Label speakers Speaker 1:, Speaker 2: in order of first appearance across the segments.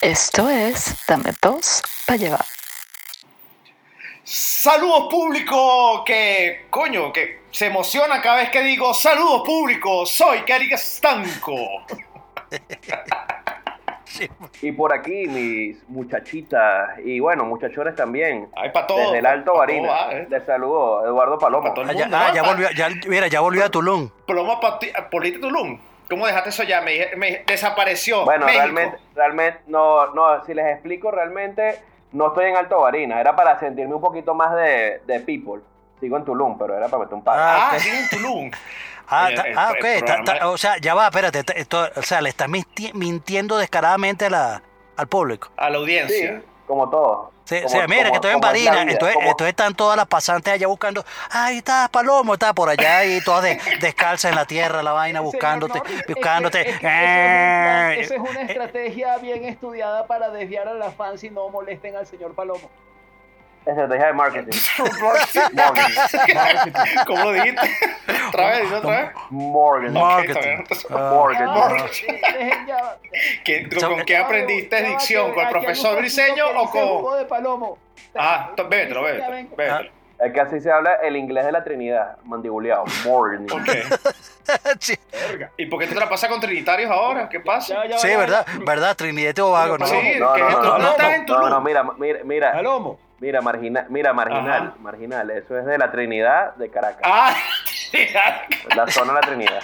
Speaker 1: Esto es Dame Dos para llevar.
Speaker 2: Saludos público, que coño, que se emociona cada vez que digo saludos público, soy Gary Estanco.
Speaker 3: Y por aquí mis muchachitas y bueno, muchachones también.
Speaker 2: Ay, para todo.
Speaker 3: Desde el Alto
Speaker 2: pa'
Speaker 3: Barina.
Speaker 2: todo va, eh.
Speaker 3: Les saludo Eduardo Palomo.
Speaker 2: Pa' todo el
Speaker 4: Ah, ya,
Speaker 2: mundo,
Speaker 4: ah,
Speaker 2: ¿no?
Speaker 4: ya
Speaker 2: Pa-
Speaker 4: volvió, ya, mira, ya volvió a Tulum.
Speaker 2: Plomo pa' ti- Polito Tulum. ¿Cómo dejaste eso ya? Me, dije- me desapareció.
Speaker 3: Bueno,
Speaker 2: México.
Speaker 3: realmente, realmente, no, no, si les explico, realmente no estoy en Alto Barina. Era para sentirme un poquito más de, de people. Sigo en Tulum, pero era para meter un par.
Speaker 2: Ah,
Speaker 4: Ah, ok.
Speaker 2: sigue en Tulum.
Speaker 4: Ah,
Speaker 2: Eh,
Speaker 4: ta-
Speaker 2: el-
Speaker 4: ah,
Speaker 2: el
Speaker 4: ok. ta- ta-
Speaker 2: programa-
Speaker 4: o sea, ya va, espérate. ta- esto- o sea, le estás minti- mintiendo descaradamente a la- al público.
Speaker 2: A la
Speaker 3: sí,
Speaker 2: audiencia.
Speaker 3: como todos.
Speaker 4: Sí,
Speaker 3: Como-
Speaker 4: sí, mira, que
Speaker 3: como-
Speaker 4: estoy en
Speaker 3: como es la
Speaker 4: Barina,
Speaker 3: vida,
Speaker 4: entonces,
Speaker 3: como-
Speaker 4: entonces están todas las pasantes allá buscando, ahí está Palomo, está por allá y todas de- descalzas en la tierra, la vaina, buscándote,
Speaker 5: Señor, no, es que-
Speaker 4: buscándote.
Speaker 5: es que Esa
Speaker 4: Eh,
Speaker 5: es una- esa es una estrategia bien estudiada para desviar a la fans y no molesten al señor Palomo.
Speaker 3: Estrategia de marketing. Morgan.
Speaker 2: ¿Cómo lo dijiste? ¿Otra vez? ¿Dilo otra vez?
Speaker 3: Morgan.
Speaker 4: eh, Marketing.
Speaker 2: Ok, está bien.
Speaker 4: Ah,
Speaker 3: Morgan.
Speaker 2: Morgan.
Speaker 5: Dejen ya-
Speaker 2: ¿Qué-
Speaker 4: So-
Speaker 2: ¿Con qué
Speaker 5: ya,
Speaker 2: aprendiste
Speaker 5: ya, ya,
Speaker 2: dicción?
Speaker 5: que
Speaker 2: ¿Con el
Speaker 5: aquí hay un
Speaker 2: profesor
Speaker 5: poquito
Speaker 2: Briseño
Speaker 5: que
Speaker 2: o
Speaker 5: dice jugo
Speaker 2: con.?
Speaker 5: de Palomo.
Speaker 2: Ah, t- vételo,
Speaker 5: Ya
Speaker 2: vételo.
Speaker 5: ven.
Speaker 2: vételo.
Speaker 3: Es que así se habla el inglés de la Trinidad. Mandibuleado. Morgan.
Speaker 2: Ok.
Speaker 4: sí,
Speaker 2: ¿Y por qué tú te la pasas con trinitarios ahora? ¿Qué pasa?
Speaker 5: Ya, ya,
Speaker 4: sí,
Speaker 5: ya.
Speaker 4: ¿verdad? ¿Verdad? Trinidad y Tobago, ¿no?
Speaker 2: Sí, que
Speaker 3: No, no, no,
Speaker 2: tú
Speaker 3: no,
Speaker 2: no
Speaker 3: no,
Speaker 2: estás en
Speaker 3: no, no,
Speaker 2: Tulum.
Speaker 3: mira, mira, mira,
Speaker 5: Palomo.
Speaker 3: mira, marginal, mira, marginal,
Speaker 2: Ajá.
Speaker 3: marginal, eso es de la Trinidad de Caracas,
Speaker 2: Ah,
Speaker 3: la zona de la Trinidad.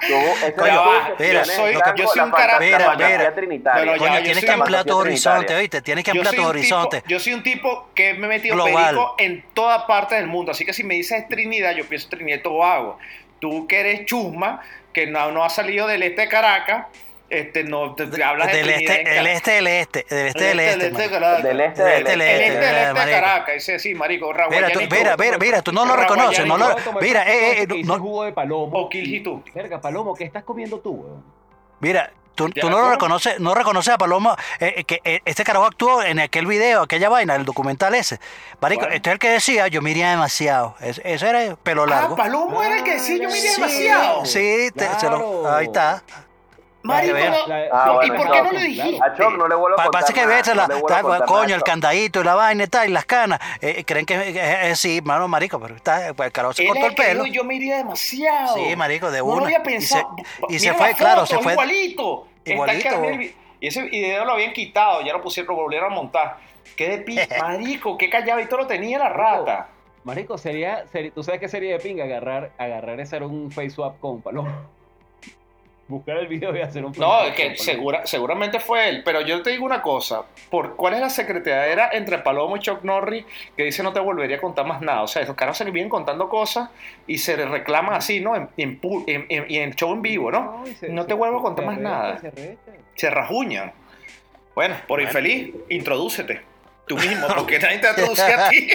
Speaker 3: Tú, eso es
Speaker 4: Ah. Coño,
Speaker 3: tú,
Speaker 4: mira,
Speaker 3: tienes
Speaker 4: yo soy-
Speaker 3: blanco,
Speaker 2: yo soy
Speaker 3: la
Speaker 2: un
Speaker 3: fanta-
Speaker 2: cara-
Speaker 3: la
Speaker 4: Mira,
Speaker 3: fantasía
Speaker 4: mira.
Speaker 3: trinitaria.
Speaker 2: Pero
Speaker 4: Coño,
Speaker 2: ya, yo
Speaker 4: tienes
Speaker 2: soy
Speaker 4: que
Speaker 2: un
Speaker 4: ampliar tu
Speaker 3: fantasía
Speaker 4: horizonte,
Speaker 3: trinitaria.
Speaker 4: ¿viste? Tienes que
Speaker 2: yo
Speaker 4: ampliar
Speaker 2: soy,
Speaker 4: tu
Speaker 2: un tipo,
Speaker 4: horizonte.
Speaker 2: yo soy un tipo que me he metido
Speaker 4: Global.
Speaker 2: perico en toda parte del mundo. Así que si me dices Trinidad, yo pienso Trinidad y Tobago. Tú que eres chusma, que no, no has salido del este de Caracas, este, no te, te hablas de
Speaker 4: Del
Speaker 2: Trinidad en
Speaker 4: este, el
Speaker 2: Caracas.
Speaker 4: este, el este, del este, del
Speaker 2: Del este
Speaker 4: este.
Speaker 2: de
Speaker 4: man.
Speaker 2: Caracas.
Speaker 3: Del este,
Speaker 4: Del
Speaker 2: El
Speaker 3: del este.
Speaker 4: este, del
Speaker 2: este del este de
Speaker 4: marico.
Speaker 2: Caracas, ese sí, marico,
Speaker 4: Mira, tú,
Speaker 2: raguayanico.
Speaker 4: mira, mira, mira, tú no lo reconoces, no lo,
Speaker 2: Raguayanico.
Speaker 4: mira, eh, eh, no, no-
Speaker 5: jugo de Palomo.
Speaker 2: O Quiljitú.
Speaker 5: Verga, Palomo, ¿qué estás comiendo tú, weón?
Speaker 4: mira, tú,
Speaker 2: este. Ya,
Speaker 4: tú no
Speaker 2: ¿cómo?
Speaker 4: lo reconoces, no reconoces a Palomo, eh, eh, que eh, este carajo actuó en aquel video, aquella vaina, el documental ese, marico,
Speaker 2: Bueno.
Speaker 4: este es el que decía, yo me iría demasiado, Es- ese era el pelo
Speaker 2: Ah,
Speaker 4: largo,
Speaker 2: Palomo era el que decía yo me iría demasiado.
Speaker 4: sí, te- se lo-
Speaker 5: Claro.
Speaker 4: ahí está,
Speaker 2: Marico,
Speaker 4: Para que
Speaker 2: no-
Speaker 5: veas.
Speaker 3: Ah,
Speaker 2: ¿y
Speaker 3: bueno,
Speaker 2: por qué
Speaker 3: claro.
Speaker 2: no le dijiste?
Speaker 3: A Choc no le vuelvo a
Speaker 4: Pa-
Speaker 3: contar
Speaker 4: pasa que
Speaker 3: nada,
Speaker 4: ves la,
Speaker 3: no le vuelvo a
Speaker 4: ta-
Speaker 3: contar
Speaker 4: coño,
Speaker 3: nada,
Speaker 4: el
Speaker 3: Choc.
Speaker 4: candadito y la vaina y tal, y las canas, eh, creen que eh, eh, eh, sí, mano, marico, pero está, pues, el carajo se
Speaker 2: Él
Speaker 4: cortó
Speaker 2: es
Speaker 4: el pelo,
Speaker 2: que dijo, Yo me iría demasiado.
Speaker 4: Sí, marico, de
Speaker 2: No
Speaker 4: una.
Speaker 2: lo había
Speaker 4: Y
Speaker 2: pensado.
Speaker 4: se- y
Speaker 2: Mira
Speaker 4: se
Speaker 2: la
Speaker 4: fue, claro,
Speaker 2: foto,
Speaker 4: se fue.
Speaker 2: Igualito. Está
Speaker 4: Igualito.
Speaker 2: Carmen Elvi- Y ese video lo habían quitado, ya lo pusieron, lo volvieron a montar. Qué de pi, marico, qué callado. Y todo lo tenía la rata.
Speaker 5: Marico, sería, seri- tú sabes qué sería de pinga agarrar, agarrar y hacer un face swap con Palomo. Buscar el video y hacer un face
Speaker 2: No,
Speaker 5: swap
Speaker 2: es que
Speaker 5: con Palomo.
Speaker 2: segura, seguramente fue él. Pero yo te digo una cosa. ¿por ¿Cuál es la secretadera entre Palomo y Chuck Norris que dice no te volvería a contar más nada? O sea, esos caras se vienen contando cosas y se le reclaman así, ¿no? En, en, pu- en- en- y en show en vivo, ¿no?
Speaker 5: y se-
Speaker 2: No
Speaker 5: se-
Speaker 2: te vuelvo a
Speaker 5: se
Speaker 2: contar más
Speaker 5: reta,
Speaker 2: nada.
Speaker 5: se reta.
Speaker 2: se rajuñan. Bueno, por infeliz, introdúcete tú mismo, porque nadie te introduce a ti.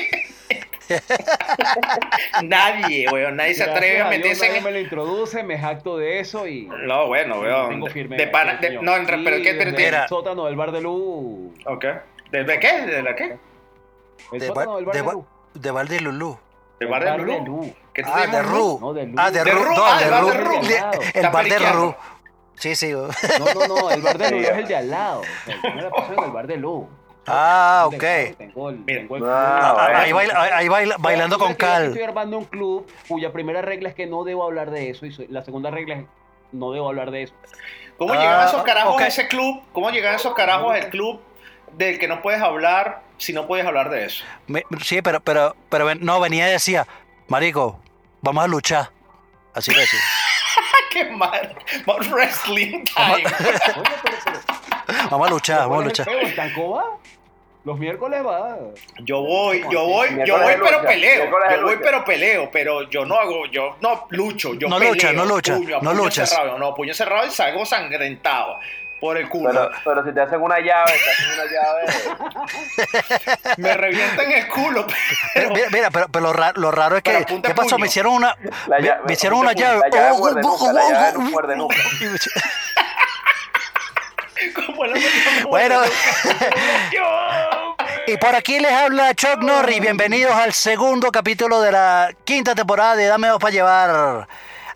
Speaker 2: nadie, weón, nadie se atreve
Speaker 5: Gracias
Speaker 2: a
Speaker 5: Dios,
Speaker 2: meterse
Speaker 5: nadie
Speaker 2: en
Speaker 5: me lo introduce, me jacto de eso y.
Speaker 2: No, bueno, weón.
Speaker 5: tengo
Speaker 2: De,
Speaker 5: firme
Speaker 2: de pana-
Speaker 5: aquí,
Speaker 2: de-
Speaker 5: señor.
Speaker 2: no, en re- pero
Speaker 5: Y
Speaker 2: ¿qué? Pero
Speaker 5: desde
Speaker 2: te-
Speaker 4: Mira.
Speaker 5: El sótano del bar de Lu.
Speaker 2: Ok. ¿De, de qué? ¿De la qué?
Speaker 5: El
Speaker 4: De
Speaker 5: sótano
Speaker 4: Bar-
Speaker 5: del bar
Speaker 4: de
Speaker 5: de
Speaker 4: Bar-
Speaker 5: Lu.
Speaker 4: de Valde Lulú.
Speaker 2: ¿De Bar de Lulú?
Speaker 5: Lu.
Speaker 2: ¿Qué tú
Speaker 4: Ah,
Speaker 2: llamas
Speaker 4: de Ru.
Speaker 5: No, de Lu.
Speaker 4: Ah, de
Speaker 2: De
Speaker 4: Ru.
Speaker 2: Ru,
Speaker 4: No,
Speaker 2: ah,
Speaker 4: de
Speaker 2: el bar de
Speaker 4: Ru.
Speaker 2: Ru.
Speaker 4: Le-
Speaker 2: Está
Speaker 4: El bar de
Speaker 2: periqueando.
Speaker 4: Ru. Sí, sí.
Speaker 5: No, no, no, el bar de Lu es el de al lado. El primera persona en el bar de Lu.
Speaker 4: Ah,
Speaker 5: Tengo-
Speaker 4: ok.
Speaker 5: Tengo el,
Speaker 2: Mira.
Speaker 5: tengo el
Speaker 3: Ah,
Speaker 5: club.
Speaker 3: bueno.
Speaker 4: Ahí, baila- ahí- ahí baila- bailando
Speaker 5: Tú sabes
Speaker 4: con
Speaker 5: que yo aquí
Speaker 4: Cal.
Speaker 5: Estoy armando un club cuya primera regla es que no debo hablar de eso y soy- la segunda regla es no debo hablar de eso.
Speaker 2: ¿Cómo
Speaker 4: Ah,
Speaker 2: llegaron esos carajos
Speaker 4: ok.
Speaker 2: a ese club? ¿Cómo llegaron esos carajos
Speaker 5: Ah.
Speaker 2: al club del que no puedes hablar si no puedes hablar de eso?
Speaker 4: Me- Sí, pero, pero, pero ven- no, venía y decía, Marico, vamos a luchar. Así lo decía.
Speaker 2: Ah, ¡Qué mal! Mal wrestling time.
Speaker 5: Oye, pero- pero-
Speaker 4: Vamos a luchar, vamos a
Speaker 5: ¿cuál es el
Speaker 4: luchar.
Speaker 5: peo? ¿Estanco va? Los miércoles va.
Speaker 2: Yo voy, yo voy, yo
Speaker 3: Miércoles
Speaker 2: voy,
Speaker 3: de
Speaker 2: pero
Speaker 3: lucha,
Speaker 2: peleo.
Speaker 3: miércoles de
Speaker 2: Yo voy,
Speaker 3: lucha.
Speaker 2: pero peleo, pero yo no hago, yo no lucho, yo
Speaker 4: No
Speaker 2: peleo.
Speaker 4: lucha, no lucha,
Speaker 2: puño a
Speaker 4: no
Speaker 2: puño
Speaker 4: luchas.
Speaker 2: cerrado, no, puño cerrado y salgo sangrentado por el culo.
Speaker 3: Pero, pero si te hacen una llave, te hacen una llave.
Speaker 2: Me revientan el culo, pero
Speaker 4: Mira, mira, pero, pero lo, ra- lo raro es
Speaker 2: Pero
Speaker 4: que.
Speaker 2: apunta
Speaker 4: ¿Qué pasó?
Speaker 2: puño.
Speaker 4: Me hicieron una.
Speaker 3: La
Speaker 4: me,
Speaker 3: llave-
Speaker 4: me hicieron
Speaker 2: apunta
Speaker 4: una
Speaker 2: puño.
Speaker 4: llave.
Speaker 3: La llave
Speaker 4: Oh,
Speaker 3: muerde
Speaker 4: oh,
Speaker 3: nuca,
Speaker 4: oh,
Speaker 3: la
Speaker 4: oh,
Speaker 3: llave
Speaker 4: oh, oh.
Speaker 3: muerde nuca.
Speaker 2: como la mañana-
Speaker 4: Bueno.
Speaker 2: Yo-
Speaker 4: Y por aquí les habla Chuck Norris. Bienvenidos al segundo capítulo de la quinta temporada de Dame dos para llevar.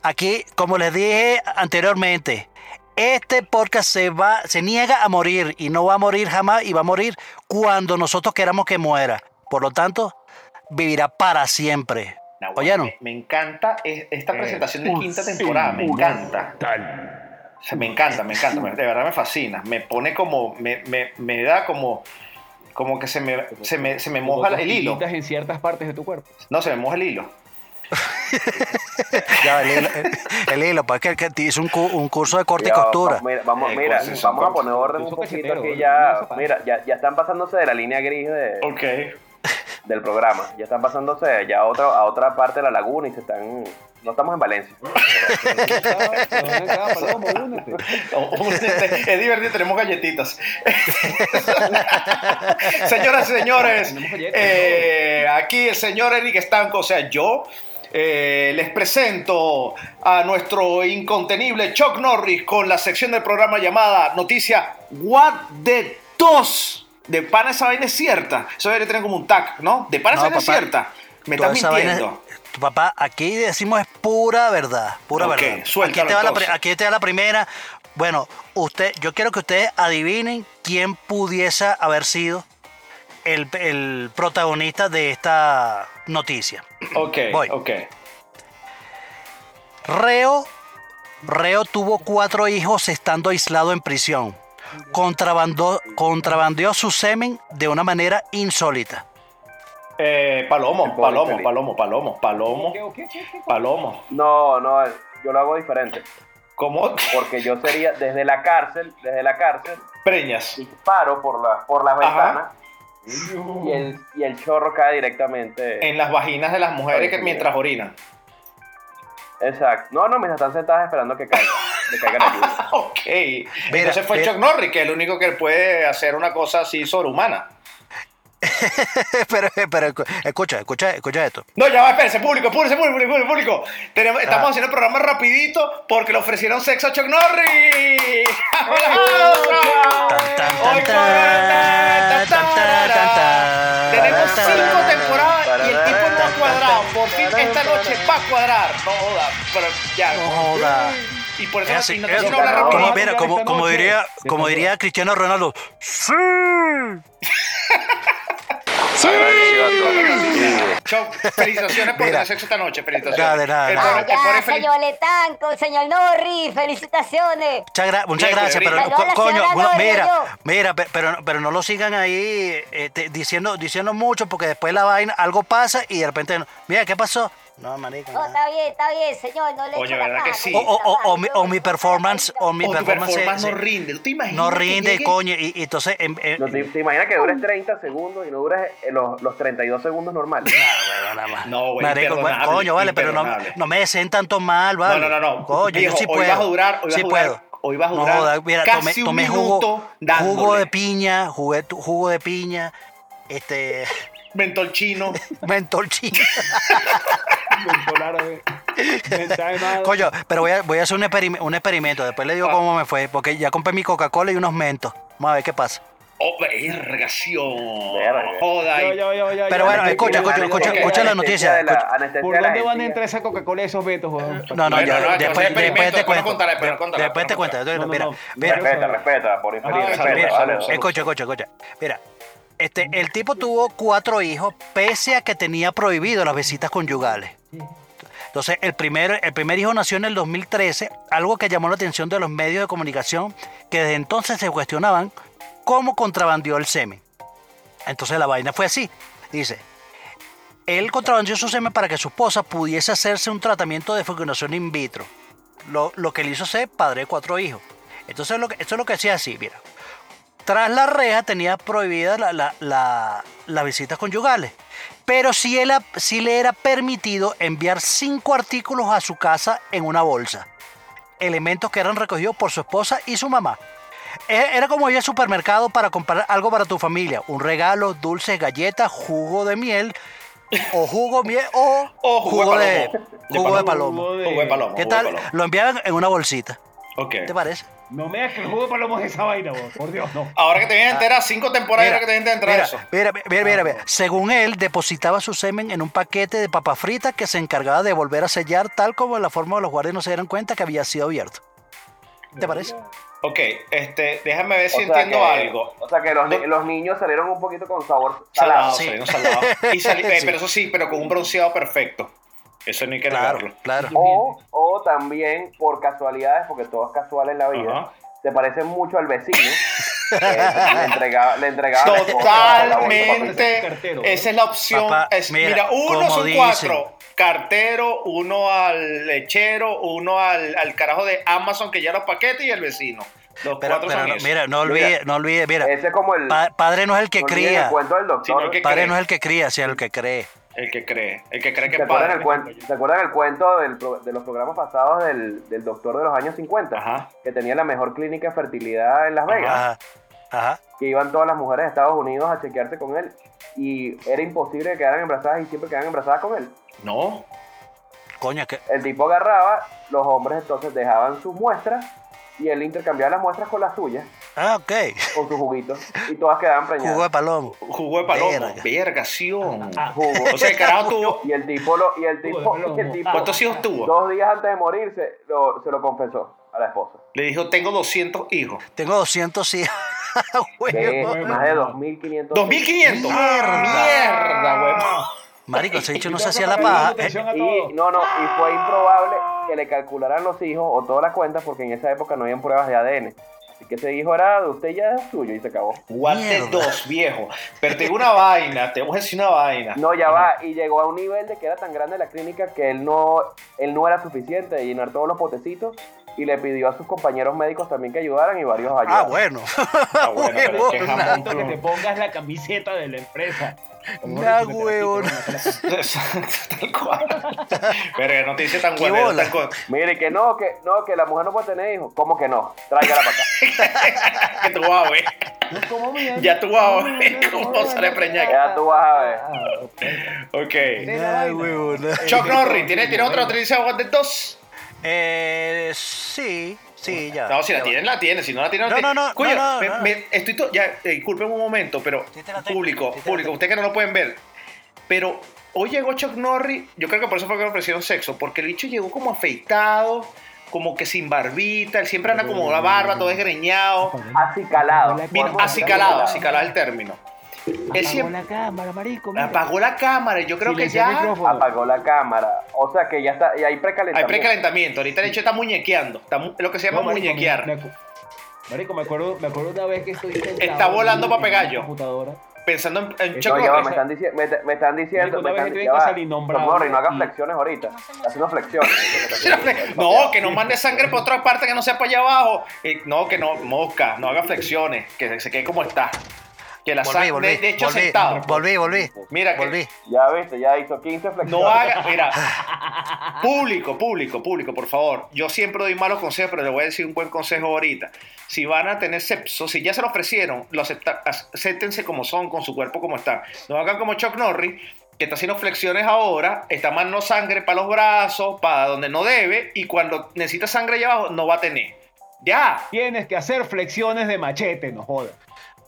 Speaker 4: Aquí, como les dije anteriormente, Este podcast se va, se niega a morir y no va a morir jamás y va a morir cuando nosotros queramos que muera. Por lo tanto, vivirá para siempre.
Speaker 2: Nah, bueno,
Speaker 4: ¿Oyeron?
Speaker 2: Me, me encanta es- esta presentación de quinta temporada, me encanta. O sea, me encanta, me encanta, me- de verdad me fascina. Me pone como, me, me, me da como, como que se me, se me, se me moja el hilo.
Speaker 5: Cosquillitas en ciertas partes de tu cuerpo.
Speaker 2: No, se me moja el hilo.
Speaker 4: Ya, el hilo, el hilo, pues que, que hizo un, cu- un curso de corte y
Speaker 3: Ya,
Speaker 4: costura.
Speaker 3: Vamos, mira, vamos,
Speaker 2: Eh,
Speaker 3: mira,
Speaker 2: cosas son
Speaker 3: vamos a
Speaker 2: cosas.
Speaker 3: poner orden un
Speaker 5: Son
Speaker 3: poquito
Speaker 5: cacheteros,
Speaker 3: aquí
Speaker 5: boludo, no
Speaker 3: ya.
Speaker 5: se pasa.
Speaker 3: Mira, ya, ya están pasándose de la línea gris de-
Speaker 2: Ok.
Speaker 3: del programa. Ya están pasándose ya a otra, a otra parte de la laguna y se están. No estamos en Valencia.
Speaker 2: Oh, es divertido, tenemos galletitas. Señoras y señores,
Speaker 5: Tenemos galletas,
Speaker 2: eh, aquí el señor Eric Estanco, o sea, yo eh, les presento a nuestro incontenible Chuck Norris con la sección del programa llamada Noticia What the Tos. De pana esa vaina es cierta. Eso debería tener como un tag, ¿no? De pana
Speaker 4: No,
Speaker 2: esa vaina es
Speaker 4: papá.
Speaker 2: cierta. Me
Speaker 4: Toda
Speaker 2: estás
Speaker 4: esa vaina-
Speaker 2: mintiendo.
Speaker 4: papá, aquí decimos es pura verdad, pura
Speaker 2: Ok,
Speaker 4: verdad. Aquí
Speaker 2: suéltalo,
Speaker 4: te, va la pri-
Speaker 2: entonces.
Speaker 4: aquí te va la primera. Bueno, usted, yo quiero que ustedes adivinen quién pudiese haber sido el, el protagonista de esta noticia.
Speaker 2: Ok,
Speaker 4: Voy.
Speaker 2: ok.
Speaker 4: Reo, Reo tuvo cuatro hijos estando aislado en prisión. Contrabandó, contrabandeó su semen de una manera insólita.
Speaker 2: Eh, palomo,
Speaker 3: El pobre
Speaker 2: palomo,
Speaker 3: infeliz.
Speaker 2: palomo, palomo, palomo, palomo.
Speaker 3: No, no, yo lo hago diferente.
Speaker 2: ¿Cómo?
Speaker 3: Porque yo sería desde la cárcel, desde la cárcel,
Speaker 2: Preñas.
Speaker 3: disparo por, la, por las
Speaker 2: Ajá.
Speaker 3: ventanas y el, y el chorro cae directamente.
Speaker 2: En las vaginas de las mujeres que mientras orinan.
Speaker 3: Exacto. No, no, me están sentadas esperando que caiga. que caiga la lluvia.
Speaker 2: Ok. Entonces fue
Speaker 4: mira.
Speaker 2: Chuck Norris, que es el único que puede hacer una cosa así sobrehumana.
Speaker 4: pero, pero escu- escucha, escucha, escucha esto.
Speaker 2: No, ya va, espérense, público, público, público, público, público. Tenemos- estamos
Speaker 4: Ah.
Speaker 2: haciendo el programa rapidito porque le ofrecieron sexo a Chuck Norris. ¡Aplausos!
Speaker 4: Tan, tan,
Speaker 2: Hoy
Speaker 4: tan,
Speaker 2: con-
Speaker 4: tan, tan, tan, tan, tan.
Speaker 2: Tenemos cinco temporadas y el tipo no ha cuadrado. Por fin esta noche va a cuadrar. No joda, pero ya.
Speaker 4: No joda.
Speaker 2: Y por eso
Speaker 4: Es así,
Speaker 2: no
Speaker 4: es-
Speaker 2: quiero hablar
Speaker 3: como-
Speaker 2: rápido.
Speaker 4: mira, como, como diría, como diría Cristiano Ronaldo, ¡Sí!
Speaker 2: Chau, felicitaciones por
Speaker 4: Mira.
Speaker 2: tener sexo esta noche.
Speaker 4: Nada, de
Speaker 2: Felicitaciones.
Speaker 4: nada,
Speaker 2: El
Speaker 4: nada.
Speaker 2: pobre-
Speaker 6: Ah,
Speaker 2: el pobre
Speaker 6: ya,
Speaker 2: feliz-
Speaker 6: señor Letanco, señor Norris, felicitaciones.
Speaker 4: Muchas, gra- muchas
Speaker 2: Bien,
Speaker 4: gracias,
Speaker 2: Pedrito.
Speaker 4: pero
Speaker 6: Saludó a la
Speaker 4: co- coño,
Speaker 6: señora
Speaker 4: bueno,
Speaker 6: Gloria,
Speaker 4: mira,
Speaker 6: yo.
Speaker 4: mira, pe- pero, pero no lo sigan ahí eh, te- diciendo, diciendo mucho porque después la vaina, algo pasa y de repente, mira, ¿qué pasó? No, marica.
Speaker 6: No,
Speaker 4: nada.
Speaker 6: Oh, está bien, está bien, señor, no le
Speaker 2: Coño,
Speaker 6: eche la
Speaker 2: ¿verdad que
Speaker 6: paja,
Speaker 2: sí?
Speaker 6: no
Speaker 4: O,
Speaker 6: le eche
Speaker 4: o-
Speaker 6: la
Speaker 4: o-
Speaker 6: paja,
Speaker 4: o mi, o
Speaker 6: yo-
Speaker 4: mi performance, o mi
Speaker 2: O Oh, tu
Speaker 4: performance,
Speaker 2: performance
Speaker 4: se-
Speaker 2: no rinde. ¿Tú te imaginas?
Speaker 4: no
Speaker 2: que
Speaker 4: rinde,
Speaker 2: llegue?
Speaker 4: coño, y, y entonces, em- em-
Speaker 3: No, ¿Te, te imaginas que dures 30 segundos y no dures eh, los, los 32 segundos normales?
Speaker 2: No, güey,
Speaker 4: Marico, bueno,
Speaker 2: imperdonable,
Speaker 4: coño, vale, pero no,
Speaker 2: imperdonable.
Speaker 4: no me deseen tanto mal, vale.
Speaker 2: No, no, no, no.
Speaker 4: Coño,
Speaker 2: Viejo,
Speaker 4: yo sí
Speaker 2: hoy
Speaker 4: puedo.
Speaker 2: vas a durar, hoy vas
Speaker 4: sí
Speaker 2: a durar-
Speaker 4: puedo.
Speaker 2: hoy vas a
Speaker 4: No
Speaker 2: durar
Speaker 4: joda, mira,
Speaker 2: casi
Speaker 4: tomé,
Speaker 2: un
Speaker 4: tomé jugo,
Speaker 2: minuto
Speaker 4: jugo
Speaker 2: dándole.
Speaker 4: de piña, jugué tu- jugo de piña, este,
Speaker 2: Mentol chino.
Speaker 4: mentol chino.
Speaker 5: diría.
Speaker 4: Coño, pero voy a, voy a hacer un, experime- un experimento, después le digo
Speaker 2: Ah.
Speaker 4: cómo me fue, porque ya compré mi Coca-Cola y unos mentos. Vamos a ver qué pasa.
Speaker 2: Oh, vergación.
Speaker 3: Verga.
Speaker 2: oh, Joda. y-
Speaker 4: Pero bueno, escucha,
Speaker 3: Anestesia-
Speaker 4: escucha, escucha,
Speaker 3: anestesia-
Speaker 4: escucha
Speaker 3: anestesia
Speaker 4: la noticia,
Speaker 3: de la-
Speaker 4: escucha.
Speaker 3: anestesia
Speaker 5: ¿Por
Speaker 3: de la
Speaker 5: dónde van a
Speaker 3: anestesia.
Speaker 5: entrar esa Coca-Cola y esos betos, weón?
Speaker 4: No, no,
Speaker 2: Bueno,
Speaker 4: ya,
Speaker 2: no, esto es un
Speaker 4: después, después
Speaker 2: experimento,
Speaker 4: te
Speaker 2: después no
Speaker 4: cuento.
Speaker 2: contaré, pero no contaré,
Speaker 4: después te
Speaker 2: no
Speaker 4: cuento.
Speaker 2: contaré.
Speaker 4: entonces,
Speaker 5: No, no,
Speaker 4: mira,
Speaker 5: no,
Speaker 4: mira,
Speaker 5: no,
Speaker 3: Respeta, respeta, por infeliz,
Speaker 5: Ah,
Speaker 3: respeta,
Speaker 4: Mira,
Speaker 3: vale.
Speaker 2: salud.
Speaker 4: escucha, escucha, escucha. Mira, este, el tipo tuvo cuatro hijos pese a que tenía prohibido las visitas conyugales. Entonces, el primer, el primer hijo nació en el 2013, algo que llamó la atención de los medios de comunicación que desde entonces se cuestionaban cómo contrabandió el semen. Entonces la vaina fue así. Dice, él contrabandió su semen para que su esposa pudiese hacerse un tratamiento de fecundación in vitro. Lo, lo que le hizo ser padre de cuatro hijos. Entonces, lo que, esto es lo que hacía así, mira. Tras la reja tenía prohibidas la- la- la- las visitas conyugales, pero sí, él a- sí le era permitido enviar cinco artículos a su casa en una bolsa, elementos que eran recogidos por su esposa y su mamá. E- Era como ir al supermercado para comprar algo para tu familia, un regalo, dulces, galletas, jugo de miel, o jugo, miel, o,
Speaker 2: O jugo de
Speaker 4: de,
Speaker 2: palomo. De
Speaker 4: jugo de
Speaker 2: palomo.
Speaker 4: palomo.
Speaker 2: Jugo de palomo.
Speaker 4: ¿Qué
Speaker 2: jugo de
Speaker 4: tal?
Speaker 2: palomo.
Speaker 4: Lo enviaban en una bolsita,
Speaker 2: Ok.
Speaker 4: ¿te parece?
Speaker 5: No me hagas que el juego de palomos es esa vaina, weón. Por Dios, no.
Speaker 2: Ahora que te vienes a enterar, cinco temporadas ahora que te vienes a enterar
Speaker 4: Ah. mira,
Speaker 2: eso.
Speaker 4: Mira, mira, mira, mira. Según él, depositaba su semen en un paquete de papas fritas que se encargaba de volver a sellar, tal como en la forma de los guardias no se dieron cuenta que había sido abierto. ¿Te parece?
Speaker 2: Ok, este, déjame ver
Speaker 3: O
Speaker 2: si
Speaker 3: sea
Speaker 2: entiendo
Speaker 3: que-
Speaker 2: algo.
Speaker 3: O sea que los, ni- los niños salieron un poquito con sabor
Speaker 2: Salado,
Speaker 3: salado.
Speaker 4: Sí.
Speaker 2: salieron salados. Y sali- eh,
Speaker 4: Sí.
Speaker 2: Pero eso sí, pero con un bronceado perfecto. Eso no hay que
Speaker 4: Claro,
Speaker 2: negarlo.
Speaker 4: claro.
Speaker 3: O, o también por casualidades, porque todo es casual en la vida,
Speaker 2: Ajá.
Speaker 3: se parecen mucho al vecino. que le entregaba, le entregaba las cosas a la bolsa.
Speaker 5: Papá,
Speaker 2: Totalmente.
Speaker 5: cartero.
Speaker 2: Esa es la opción.
Speaker 4: Papá,
Speaker 2: Es- mira,
Speaker 4: mira,
Speaker 2: uno
Speaker 4: como
Speaker 2: son
Speaker 4: dicen.
Speaker 2: cuatro. Cartero, uno al lechero, uno al, al carajo de Amazon que ya los paquetes y el vecino. Los
Speaker 4: Pero,
Speaker 2: cuatro
Speaker 4: pero
Speaker 2: son
Speaker 4: no,
Speaker 2: esos.
Speaker 4: mira, no
Speaker 3: Mira,
Speaker 4: olvides, no olvides, mira,
Speaker 3: Ese es como el,
Speaker 4: pa- padre no es el que
Speaker 3: no olviden
Speaker 4: cría,
Speaker 3: el cuento del
Speaker 2: Sino
Speaker 3: doctor.
Speaker 2: que-
Speaker 4: padre
Speaker 2: cree.
Speaker 4: no es el que cría, sino el que cree.
Speaker 2: El que cree, el que cree que
Speaker 3: ¿Se
Speaker 2: es
Speaker 3: acuerdan,
Speaker 2: padre.
Speaker 3: el cuen- ¿Se acuerdan el cuento del pro- de los programas pasados del, del doctor de los años 50?
Speaker 2: Ajá.
Speaker 3: Que tenía la mejor clínica de fertilidad en Las Vegas.
Speaker 4: Ajá, ajá.
Speaker 3: que iban todas las mujeres de Estados Unidos a chequearse con él y era imposible que quedaran embarazadas y siempre quedaban embarazadas con él.
Speaker 2: No.
Speaker 4: Coño, que,
Speaker 3: El tipo agarraba, los hombres entonces dejaban sus muestras y él intercambiaba las muestras con las suyas,
Speaker 4: ah, ok.
Speaker 3: con sus juguitos, y todas quedaban
Speaker 4: Jugo de
Speaker 3: preñadas.
Speaker 4: palomo.
Speaker 2: Jugo de palomo.
Speaker 4: Verga. Ah,
Speaker 2: Vergación.
Speaker 3: Jugo.
Speaker 2: O sea, el carajo tuvo.
Speaker 3: Y el tipo, lo, y el tipo,
Speaker 5: Jugo de
Speaker 3: y el
Speaker 5: plomo.
Speaker 3: tipo
Speaker 2: ¿Cuántos hijos tuvo?
Speaker 3: dos días antes de morirse lo- se lo confesó a la esposa.
Speaker 2: Le dijo, tengo 200 hijos.
Speaker 4: Tengo 200 hijos.
Speaker 3: De
Speaker 4: Huevo.
Speaker 3: más de 2.500.
Speaker 2: 2.500.
Speaker 4: Mierda.
Speaker 2: Mierda, huevón.
Speaker 4: Marico, ese dicho no se hacía la paja. eh.
Speaker 5: Atención a
Speaker 3: Y
Speaker 5: todos.
Speaker 3: no, no, y fue improbable que le calcularan los hijos o todas las cuentas porque en esa época no habían pruebas de ADN. Así que ese hijo era de usted y ya es suyo y se acabó.
Speaker 2: Guate
Speaker 4: Mierda.
Speaker 2: dos, viejo. Pero te digo una vaina, te voy a decir una vaina.
Speaker 3: No, ya va, y llegó a un nivel de que era tan grande la clínica que él no, él no era suficiente de llenar todos los potecitos y le pidió a sus compañeros médicos también que ayudaran y varios ayudaron.
Speaker 4: Ah, bueno.
Speaker 2: Ah, bueno, pero es que
Speaker 4: Huevona.
Speaker 2: jamón
Speaker 5: Que te
Speaker 2: plum.
Speaker 5: pongas la camiseta de la empresa.
Speaker 4: Nah,
Speaker 5: Como
Speaker 4: huevón.
Speaker 5: que te la quitan,
Speaker 2: Tal cual. Pero no te dice tan
Speaker 4: Qué
Speaker 2: guanero,
Speaker 4: bola.
Speaker 2: tan co-
Speaker 3: Mire, que no, que no, que la mujer no puede tener hijos. ¿Cómo que no? Tráigala para acá.
Speaker 2: que tú vas a ver.
Speaker 5: no, como bien.
Speaker 2: Ya tú vas a ver cómo sale preñada.
Speaker 3: Ya tú vas a ver.
Speaker 5: Ah,
Speaker 2: Ok.
Speaker 4: Ay,
Speaker 5: Eh,
Speaker 4: huevona.
Speaker 2: Chuck Norris, ¿tiene, tiene otra noticia de dos?
Speaker 4: Eh, sí, sí, ya.
Speaker 2: No, si
Speaker 4: Ah,
Speaker 2: la
Speaker 4: ya va.
Speaker 2: tienen, la tienen. Si no la tienen,
Speaker 4: No,
Speaker 2: tienen.
Speaker 4: no, no,
Speaker 2: Coño,
Speaker 4: no, no,
Speaker 2: me-
Speaker 4: no.
Speaker 2: me- estoy to- ya, eh, disculpen un momento, pero
Speaker 4: Sí te la tengo,
Speaker 2: público,
Speaker 4: sí te la
Speaker 2: público,
Speaker 4: tengo.
Speaker 2: ustedes que no lo pueden ver. Pero hoy llegó Chuck Norris, yo creo que por eso fue que me ofrecieron sexo, porque el bicho llegó como afeitado, como que sin barbita, él siempre anda como la barba, todo desgreñado.
Speaker 3: Así calado.
Speaker 2: Vino acicalado, acicalado el término. Él
Speaker 5: Apagó
Speaker 2: siempre
Speaker 5: la cámara, marico. mira.
Speaker 2: apagó la cámara y yo creo que
Speaker 5: Silenció el
Speaker 2: ya
Speaker 5: micrófono.
Speaker 3: Apagó la cámara. O sea que ya está, y hay
Speaker 2: hay
Speaker 3: precalentamiento.
Speaker 2: precalentamiento. Ahorita el hecho está muñequeando, está mu- lo que se llama
Speaker 5: No, marico, me-
Speaker 2: muñequear.
Speaker 5: me acu- Marico, me acuerdo, me acuerdo una vez que estoy sentado
Speaker 2: Está volando
Speaker 5: en una
Speaker 2: papegallo.
Speaker 5: computadora.
Speaker 2: Pensando en, en Chuck
Speaker 3: No, ya va, me
Speaker 2: Norris.
Speaker 3: están, dici- me, me están diciendo.
Speaker 5: Marico, una
Speaker 3: Me
Speaker 5: vez
Speaker 3: están,
Speaker 5: que
Speaker 3: ya
Speaker 5: tengo
Speaker 3: va.
Speaker 5: ese innombrable
Speaker 3: Tom Morris, no hagas
Speaker 5: aquí.
Speaker 3: flexiones ahorita. Haz unas flexiones.
Speaker 2: No, que no mande sangre por otra parte que no sea para allá abajo. Eh, no, que no, mosca, no haga flexiones, que se quede como está. Que la
Speaker 4: Volví,
Speaker 2: sangre,
Speaker 4: volví.
Speaker 2: de, de hecho
Speaker 4: volví,
Speaker 2: sentado.
Speaker 4: volví, volví.
Speaker 2: Mira que
Speaker 4: Volví.
Speaker 3: Ya viste, ya hizo 15 flexiones.
Speaker 2: no haga, mira, público, público, público, por favor. Yo siempre doy malos consejos, pero les voy a decir un buen consejo ahorita. Si van a tener sexo, si ya se lo ofrecieron, lo acepta, acéptense como son, con su cuerpo como está. No hagan como Chuck Norris, que está haciendo flexiones ahora, está mandando sangre para los brazos, para donde no debe, y cuando necesita sangre allá abajo, no va a tener. Ya,
Speaker 5: Tienes que hacer flexiones de machete, no jodas.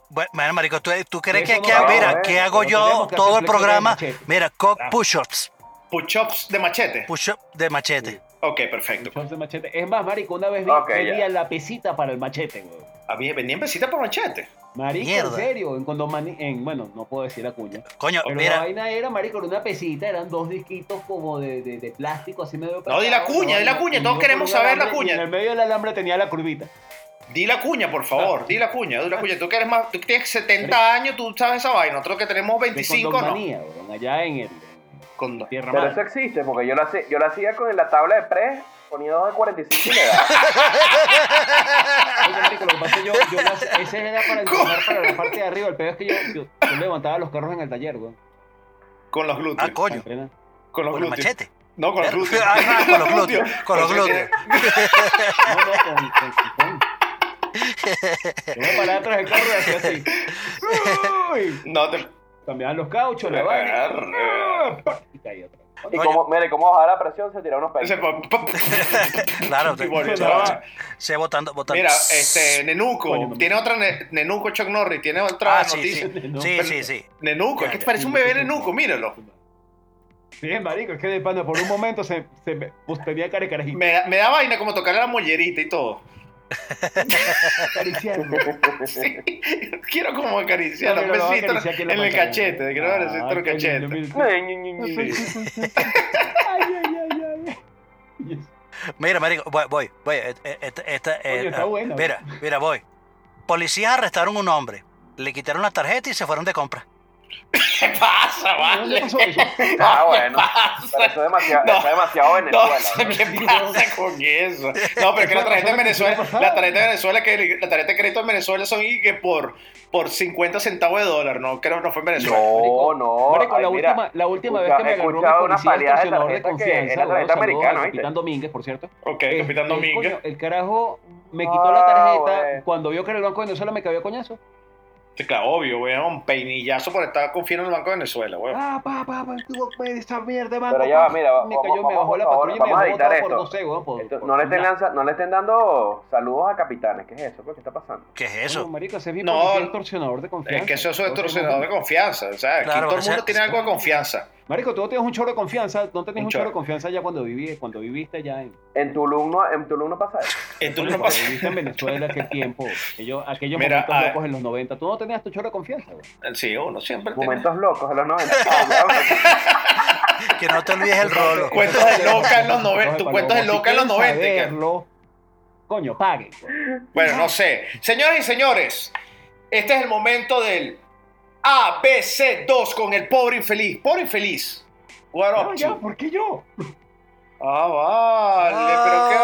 Speaker 4: Bueno, marico, ¿tú, tú crees
Speaker 5: Eso
Speaker 4: que,
Speaker 5: no
Speaker 4: que-
Speaker 3: va,
Speaker 4: mira,
Speaker 3: bueno,
Speaker 4: ¿qué hago
Speaker 5: pero tenemos
Speaker 4: yo
Speaker 5: que
Speaker 4: todo
Speaker 5: hacer
Speaker 4: el
Speaker 5: flexiones de
Speaker 4: programa?
Speaker 5: machete.
Speaker 4: Mira, cock
Speaker 2: Ah.
Speaker 4: push-ups,
Speaker 2: push-ups de machete.
Speaker 4: push-up de machete.
Speaker 2: Ok, perfecto.
Speaker 5: Flexiones de machete. Es más, marico, una vez vi-
Speaker 3: Ok,
Speaker 5: pedía
Speaker 3: ya.
Speaker 5: la pesita para el machete, güey.
Speaker 2: A mí vendían pesitas por machete.
Speaker 5: Marico,
Speaker 4: Mierda.
Speaker 5: en serio, en cuando mani- en, bueno, no puedo decir la cuña.
Speaker 4: Coño,
Speaker 5: Pero la
Speaker 4: mira,
Speaker 5: vaina era, marico, era una pesita, eran dos disquitos como de, de, de plástico, así medio
Speaker 2: No, di la
Speaker 5: apretado,
Speaker 2: cuña, di la
Speaker 5: y-
Speaker 2: cuña,
Speaker 5: y
Speaker 2: todos
Speaker 5: yo
Speaker 2: queremos
Speaker 5: ponía el
Speaker 2: saber la
Speaker 5: alambre, y
Speaker 2: cuña.
Speaker 5: En el medio del alambre tenía la curvita.
Speaker 2: Di la cuña, por favor, di la cuña, di la cuña. Tú que eres más, tú que tienes 70 años, tú sabes esa vaina. Nosotros que tenemos
Speaker 5: De
Speaker 2: 25, no.
Speaker 5: condomanía, weón, allá en el
Speaker 2: Condón.
Speaker 5: Tierra
Speaker 3: Pero
Speaker 5: Madre.
Speaker 3: eso existe, porque yo lo hacía, yo lo hacía con la tabla de pre, ponía 2 de 45 y le daba.
Speaker 5: Oye, marico, lo que pasa es que yo, yo las- ese era para entrenar para la parte de arriba. El peor es que yo, yo- yo levantaba los carros en el taller, güey.
Speaker 2: Con los
Speaker 4: ah,
Speaker 2: glúteos.
Speaker 5: para
Speaker 4: coño,
Speaker 5: entrenar.
Speaker 2: con los
Speaker 4: con el
Speaker 2: glúteos.
Speaker 4: machete.
Speaker 2: No, con los glúteos.
Speaker 4: Ah, con los glúteos, con los glúteos.
Speaker 5: No, no, con, con, con- Yo me paraba atrás del carro y hacía así. Uy,
Speaker 2: No te.
Speaker 5: cambiaban los cauchos, la vaina. Y caía otra vez.
Speaker 3: Y
Speaker 4: Coño.
Speaker 3: como, mire, cómo bajaba la presión, se tiraron unos
Speaker 2: ese
Speaker 3: pelitos.
Speaker 2: pa- pa-
Speaker 4: Claro,
Speaker 2: y
Speaker 4: se,
Speaker 2: volvió
Speaker 4: se
Speaker 2: otra
Speaker 4: bota-
Speaker 2: vaina.
Speaker 4: se botando, botando.
Speaker 2: Mira, este,
Speaker 5: Coño,
Speaker 2: Nenuco.
Speaker 5: mamá.
Speaker 2: Tiene otra. ne- Nenuco Chuck Norris, tiene otra
Speaker 4: Ah, sí,
Speaker 2: noticia.
Speaker 4: sí,
Speaker 5: No,
Speaker 4: sí,
Speaker 5: pero-
Speaker 4: sí, sí.
Speaker 2: Nenuco, es que parece un bebé Nenuco, míralo.
Speaker 5: Bien, marico, es que de pana, por un momento se, se me pues, tenía cara de carajito.
Speaker 2: Me, da- me da vaina como tocarle la mollerita y todo.
Speaker 5: Acariciando.
Speaker 2: Sí. Quiero como acariciar
Speaker 5: No,
Speaker 2: un
Speaker 5: pero lo va a
Speaker 2: besito
Speaker 5: acariciar aquí
Speaker 2: en
Speaker 5: en la
Speaker 2: el
Speaker 5: pantalla. Ah,
Speaker 2: cachete. Quiero dar besito en el
Speaker 5: qué lindo,
Speaker 2: cachete.
Speaker 5: mira.
Speaker 2: Sí.
Speaker 5: Ay, ay, ay, ay. Yes.
Speaker 4: Mira, marico, voy, voy, voy. eh, eh, Esta, esta, eh,
Speaker 5: está
Speaker 4: ah,
Speaker 5: buena.
Speaker 4: Mira, mira, voy. Policías arrestaron a un hombre, le quitaron la tarjeta y se fueron de compra.
Speaker 2: ¿Qué pasa,
Speaker 5: ¿Dónde
Speaker 2: vale?
Speaker 5: pasó eso?
Speaker 3: Ah,
Speaker 2: ¿Qué
Speaker 3: bueno. Pero eso es demasiado,
Speaker 2: No.
Speaker 3: eso es
Speaker 2: No
Speaker 3: demasiado Venezuela.
Speaker 2: sé qué pasa con eso. No, pero es que la tarjeta de Venezuela, la tarjeta de Venezuela, que la tarjeta de crédito en Venezuela son y que por, por 50 centavos de dólar, no creo no fue en Venezuela.
Speaker 3: No, no.
Speaker 5: Marico, la,
Speaker 3: ay, mira,
Speaker 5: última, la última
Speaker 3: escucha-
Speaker 5: vez que me
Speaker 3: he
Speaker 5: agarró
Speaker 3: escuchado
Speaker 5: una
Speaker 3: unas
Speaker 5: policía
Speaker 3: paleadas de
Speaker 5: estacionador de
Speaker 3: tarjeta que es la
Speaker 5: confianza,
Speaker 3: tarjeta
Speaker 5: saludos
Speaker 3: americana,
Speaker 5: al
Speaker 3: ¿viste?
Speaker 5: Capitán Domínguez, por cierto.
Speaker 2: Ok,
Speaker 5: Eh,
Speaker 2: Capitán
Speaker 5: eh,
Speaker 2: Domínguez.
Speaker 5: coño, el carajo me quitó la tarjeta.
Speaker 3: Ah, bueno.
Speaker 5: Cuando vio que era el Banco de Venezuela me cayó coñazo.
Speaker 2: Sí, claro, obvio, weón. Peinillazo por estar confiando en el Banco de Venezuela, weón.
Speaker 5: Ah, pa, pa, pa, tú, pa, esta mierda, banco.
Speaker 3: Pero ya va,
Speaker 5: pa.
Speaker 3: mira, va-
Speaker 5: me
Speaker 3: vamos-
Speaker 5: cayó, me
Speaker 3: vamos,
Speaker 5: bajó la
Speaker 3: por favor,
Speaker 5: patrulla y me
Speaker 3: vamos a
Speaker 5: dejó
Speaker 3: editar
Speaker 5: botado por
Speaker 3: esto.
Speaker 5: no sé, weón, por-
Speaker 3: Esto-
Speaker 5: por
Speaker 3: no, le estén
Speaker 5: nada.
Speaker 3: lanza- no le estén dando saludos a capitanes. ¿Qué es eso? ¿Qué está pasando?
Speaker 4: ¿Qué es
Speaker 5: Bueno,
Speaker 4: eso?
Speaker 5: marico, ese es mi
Speaker 2: No,
Speaker 5: policía extorsionador de
Speaker 2: Es
Speaker 5: confianza.
Speaker 2: que eso es
Speaker 5: Entonces,
Speaker 2: extorsionador de confianza. O sea, aquí
Speaker 4: Claro,
Speaker 2: todo
Speaker 4: o
Speaker 2: el
Speaker 4: sea,
Speaker 2: mundo tiene algo de confianza.
Speaker 5: Marico, tú no tienes un chorro de confianza, no tenías
Speaker 2: Un
Speaker 5: un, chorro de
Speaker 2: chorro.
Speaker 5: confianza ya cuando viví, cuando viviste ya en,
Speaker 3: En Tulum no, en Tulum no pasa eso.
Speaker 2: Entonces,
Speaker 5: Bueno,
Speaker 2: no
Speaker 5: cuando
Speaker 2: pasa-
Speaker 5: viviste en Venezuela, aquel tiempo, aquellos, aquellos
Speaker 2: Mira, ah,
Speaker 5: momentos
Speaker 2: a-
Speaker 5: locos en los 90, tú no tenías tu chorro de confianza, güey.
Speaker 2: Sí, uno siempre tiene-
Speaker 3: Momentos locos de los 90. Ah,
Speaker 4: Que no te olvides el rolo.
Speaker 2: Cuentos de loca en los 90. Tú cuentos de loca en los 90. y que-
Speaker 5: Saberlo, coño, pague. pues.
Speaker 2: Bueno, no sé. Señoras y señores, este es el momento del ABC2 con el pobre infeliz. Pobre infeliz. What up,
Speaker 5: No, ya,
Speaker 2: to?
Speaker 5: ¿por qué yo?
Speaker 2: Ah, vale, pero qué.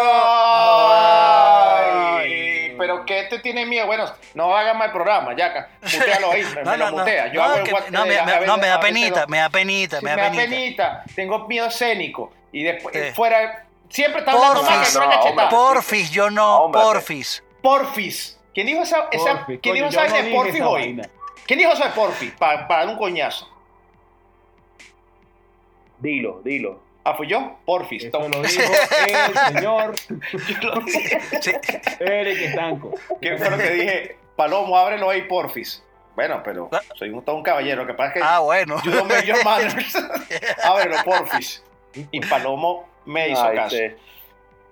Speaker 2: Ay,
Speaker 4: Ah, Ay.
Speaker 2: pero qué te tiene miedo. Bueno, no hagas mal programa, Yaca. Mutealo ahí, me, me lo mutea. Yo
Speaker 4: no,
Speaker 2: hago el
Speaker 4: que-
Speaker 2: what-
Speaker 4: no, me,
Speaker 2: eh,
Speaker 4: me-
Speaker 2: a veces-
Speaker 4: no, me
Speaker 2: a
Speaker 4: da
Speaker 2: veces
Speaker 4: penita,
Speaker 2: lo-
Speaker 4: me da penita,
Speaker 2: Sí,
Speaker 4: me da penita.
Speaker 2: Tengo miedo escénico. Y después,
Speaker 4: Sí.
Speaker 2: fuera. Siempre está hablando más
Speaker 4: Porfis,
Speaker 2: que una
Speaker 3: no,
Speaker 2: cachetada.
Speaker 3: hombre.
Speaker 4: porfis, yo no,
Speaker 3: Hombre.
Speaker 4: porfis.
Speaker 2: Porfis. ¿Quién dijo esa, esa-
Speaker 5: Porfi,
Speaker 2: ¿quién dijo
Speaker 5: coño, yo
Speaker 2: esa
Speaker 5: no
Speaker 2: de
Speaker 5: dije
Speaker 2: Porfis
Speaker 5: esa
Speaker 2: hoy?
Speaker 5: vaina.
Speaker 2: ¿Quién dijo eso de Porfi? Para dar un coñazo.
Speaker 3: dilo, dilo.
Speaker 2: Ah, fui yo. Porfis.
Speaker 5: Eso
Speaker 2: Tom-
Speaker 5: lo dijo el señor
Speaker 4: Sí,
Speaker 5: Eric Estanco.
Speaker 2: ¿Qué fue lo que dije? Palomo, ábrelo ahí, Porfis. Bueno, pero soy un, todo un caballero. Lo que pasa es que
Speaker 4: Ah, bueno.
Speaker 2: you don't make your manners. ábrelo, Porfis. Y Palomo me hizo
Speaker 3: Ay,
Speaker 2: caso.
Speaker 3: sí.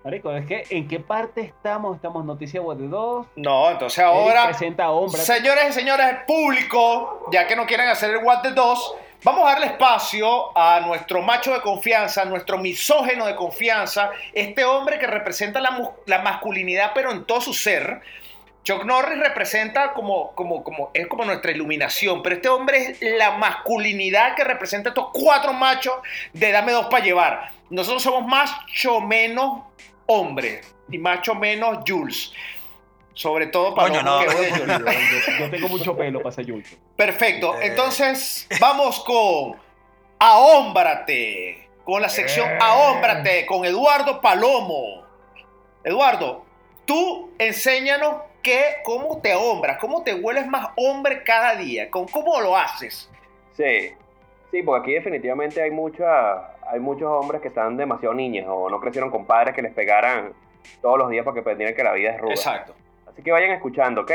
Speaker 5: Marico, es que ¿en qué parte estamos? Estamos Noticias de 2.
Speaker 2: No, entonces ahora,
Speaker 5: presenta a Ombra.
Speaker 2: señores y señores, el público, ya que no quieren hacer el What the 2, vamos a darle espacio a nuestro macho de confianza, a nuestro misógeno de confianza, este hombre que representa la, mu- la masculinidad, pero en todo su ser. Chuck Norris representa como, como, como, es como nuestra iluminación, pero este hombre es la masculinidad que representa estos cuatro machos de dame dos para llevar. Nosotros somos macho menos hombre y macho menos Jules. Sobre todo para
Speaker 4: Coño,
Speaker 2: Palomo,
Speaker 4: no.
Speaker 2: que odia a
Speaker 5: Yo,
Speaker 2: Jules.
Speaker 5: yo tengo mucho pelo para ser Yucho.
Speaker 2: Perfecto.
Speaker 4: Eh.
Speaker 2: Entonces, vamos con Ahómbrate. Con la sección
Speaker 5: Eh.
Speaker 2: Ahómbrate con Eduardo Palomo. Eduardo, tú enséñanos qué, cómo te ahombras, cómo te vuelves más hombre cada día, con cómo lo haces.
Speaker 3: Sí. Sí, porque aquí definitivamente hay mucha, hay muchos hombres que están demasiado niños o no crecieron con padres que les pegaran todos los días para que aprendieran que la vida es ruda.
Speaker 2: Exacto.
Speaker 3: Así que vayan escuchando, ¿ok?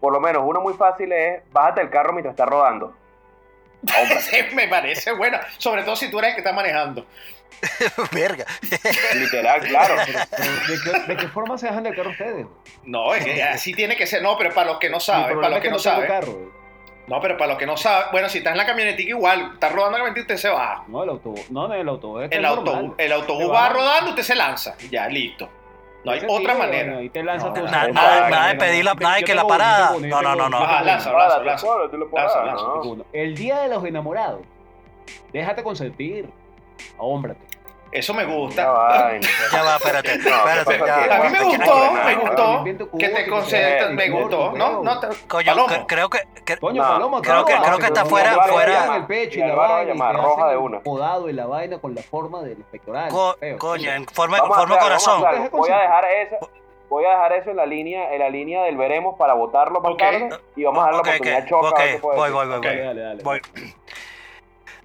Speaker 3: Por lo menos uno muy fácil es bájate del carro mientras está rodando. Ahómbrate,
Speaker 2: Sí, me parece bueno, sobre todo si tú eres el que está manejando.
Speaker 4: Verga.
Speaker 3: literal, claro.
Speaker 5: ¿De qué, de qué forma se dejan del carro ustedes?
Speaker 2: No, es que así tiene que ser. No, pero para los que no
Speaker 5: Mi
Speaker 2: saben,
Speaker 5: problema
Speaker 2: para los
Speaker 5: es
Speaker 2: que no saben.
Speaker 5: tengo carro.
Speaker 2: No, pero para los que no saben, bueno, si estás en la camionetica igual, estás rodando la camionetica, usted se baja.
Speaker 5: No, el autobús. No, no, el autobús. es que
Speaker 2: El eh,
Speaker 5: es
Speaker 2: autobús,
Speaker 5: normal.
Speaker 2: el autobús
Speaker 5: Te
Speaker 2: va
Speaker 5: bajas.
Speaker 2: rodando, usted se lanza. Ya, listo. No hay
Speaker 5: Ese
Speaker 2: otra
Speaker 5: tío,
Speaker 2: manera.
Speaker 5: bueno, y te lanzas
Speaker 4: No,
Speaker 5: tú.
Speaker 4: nada-
Speaker 5: Yo
Speaker 4: nada-
Speaker 5: tengo
Speaker 4: nada de
Speaker 5: uno,
Speaker 4: pedir la-
Speaker 5: yo
Speaker 4: nada de que
Speaker 5: tengo
Speaker 4: la
Speaker 5: uno, yo
Speaker 4: parada.
Speaker 5: tengo uno, yo
Speaker 4: No, no,
Speaker 5: tengo
Speaker 4: no,
Speaker 5: uno,
Speaker 2: no.
Speaker 5: yo tengo
Speaker 2: Ajá,
Speaker 5: uno.
Speaker 2: Abrazo, abrazo.
Speaker 3: Solo, tú lo puedes
Speaker 2: Abrazo,
Speaker 3: dar,
Speaker 2: abrazo.
Speaker 3: ¿no?
Speaker 5: Uno. El día de los enamorados. Déjate consentir. Ahómbrate.
Speaker 2: Eso me
Speaker 3: Ya
Speaker 2: gusta.
Speaker 3: va, en-
Speaker 4: Ya va, espérate,
Speaker 3: No,
Speaker 4: espérate.
Speaker 3: tampoco
Speaker 4: ya
Speaker 3: aquí.
Speaker 4: va.
Speaker 2: A mí me
Speaker 4: Aquí- aquí-
Speaker 2: gustó,
Speaker 3: aquí-
Speaker 2: me
Speaker 3: aquí-
Speaker 2: gustó. Que te concedas,
Speaker 5: eh,
Speaker 3: aquí-
Speaker 2: me
Speaker 3: aquí-
Speaker 2: gustó. No, no, te,
Speaker 4: Coño,
Speaker 2: Palomo.
Speaker 4: cre- creo que, que-
Speaker 5: Coño,
Speaker 3: No,
Speaker 5: Palomo,
Speaker 4: creo que- creo que está fuera- fuera-
Speaker 5: En el pecho y
Speaker 3: Ya
Speaker 5: la
Speaker 3: lo van a
Speaker 5: vaina. y
Speaker 3: llamar,
Speaker 5: te
Speaker 3: roja
Speaker 5: hacen
Speaker 3: de una.
Speaker 5: Podado y la vaina con la forma del pectoral.
Speaker 4: co-
Speaker 5: feo.
Speaker 4: coño, en forma,
Speaker 3: Vamos a
Speaker 4: forma
Speaker 3: hacer algo, vamos a
Speaker 4: corazón.
Speaker 3: hacer algo. Voy a dejar eso. Voy a dejar eso en la línea, en la línea del veremos para votarlo más
Speaker 2: Ok.
Speaker 3: tarde y vamos a dar la
Speaker 4: Ok, ok,
Speaker 3: oportunidad a Choca. a ver qué
Speaker 4: ok,
Speaker 3: puede
Speaker 4: voy,
Speaker 3: decir.
Speaker 4: voy, voy,
Speaker 5: Dale,
Speaker 4: voy.
Speaker 5: dale, dale.
Speaker 4: Voy.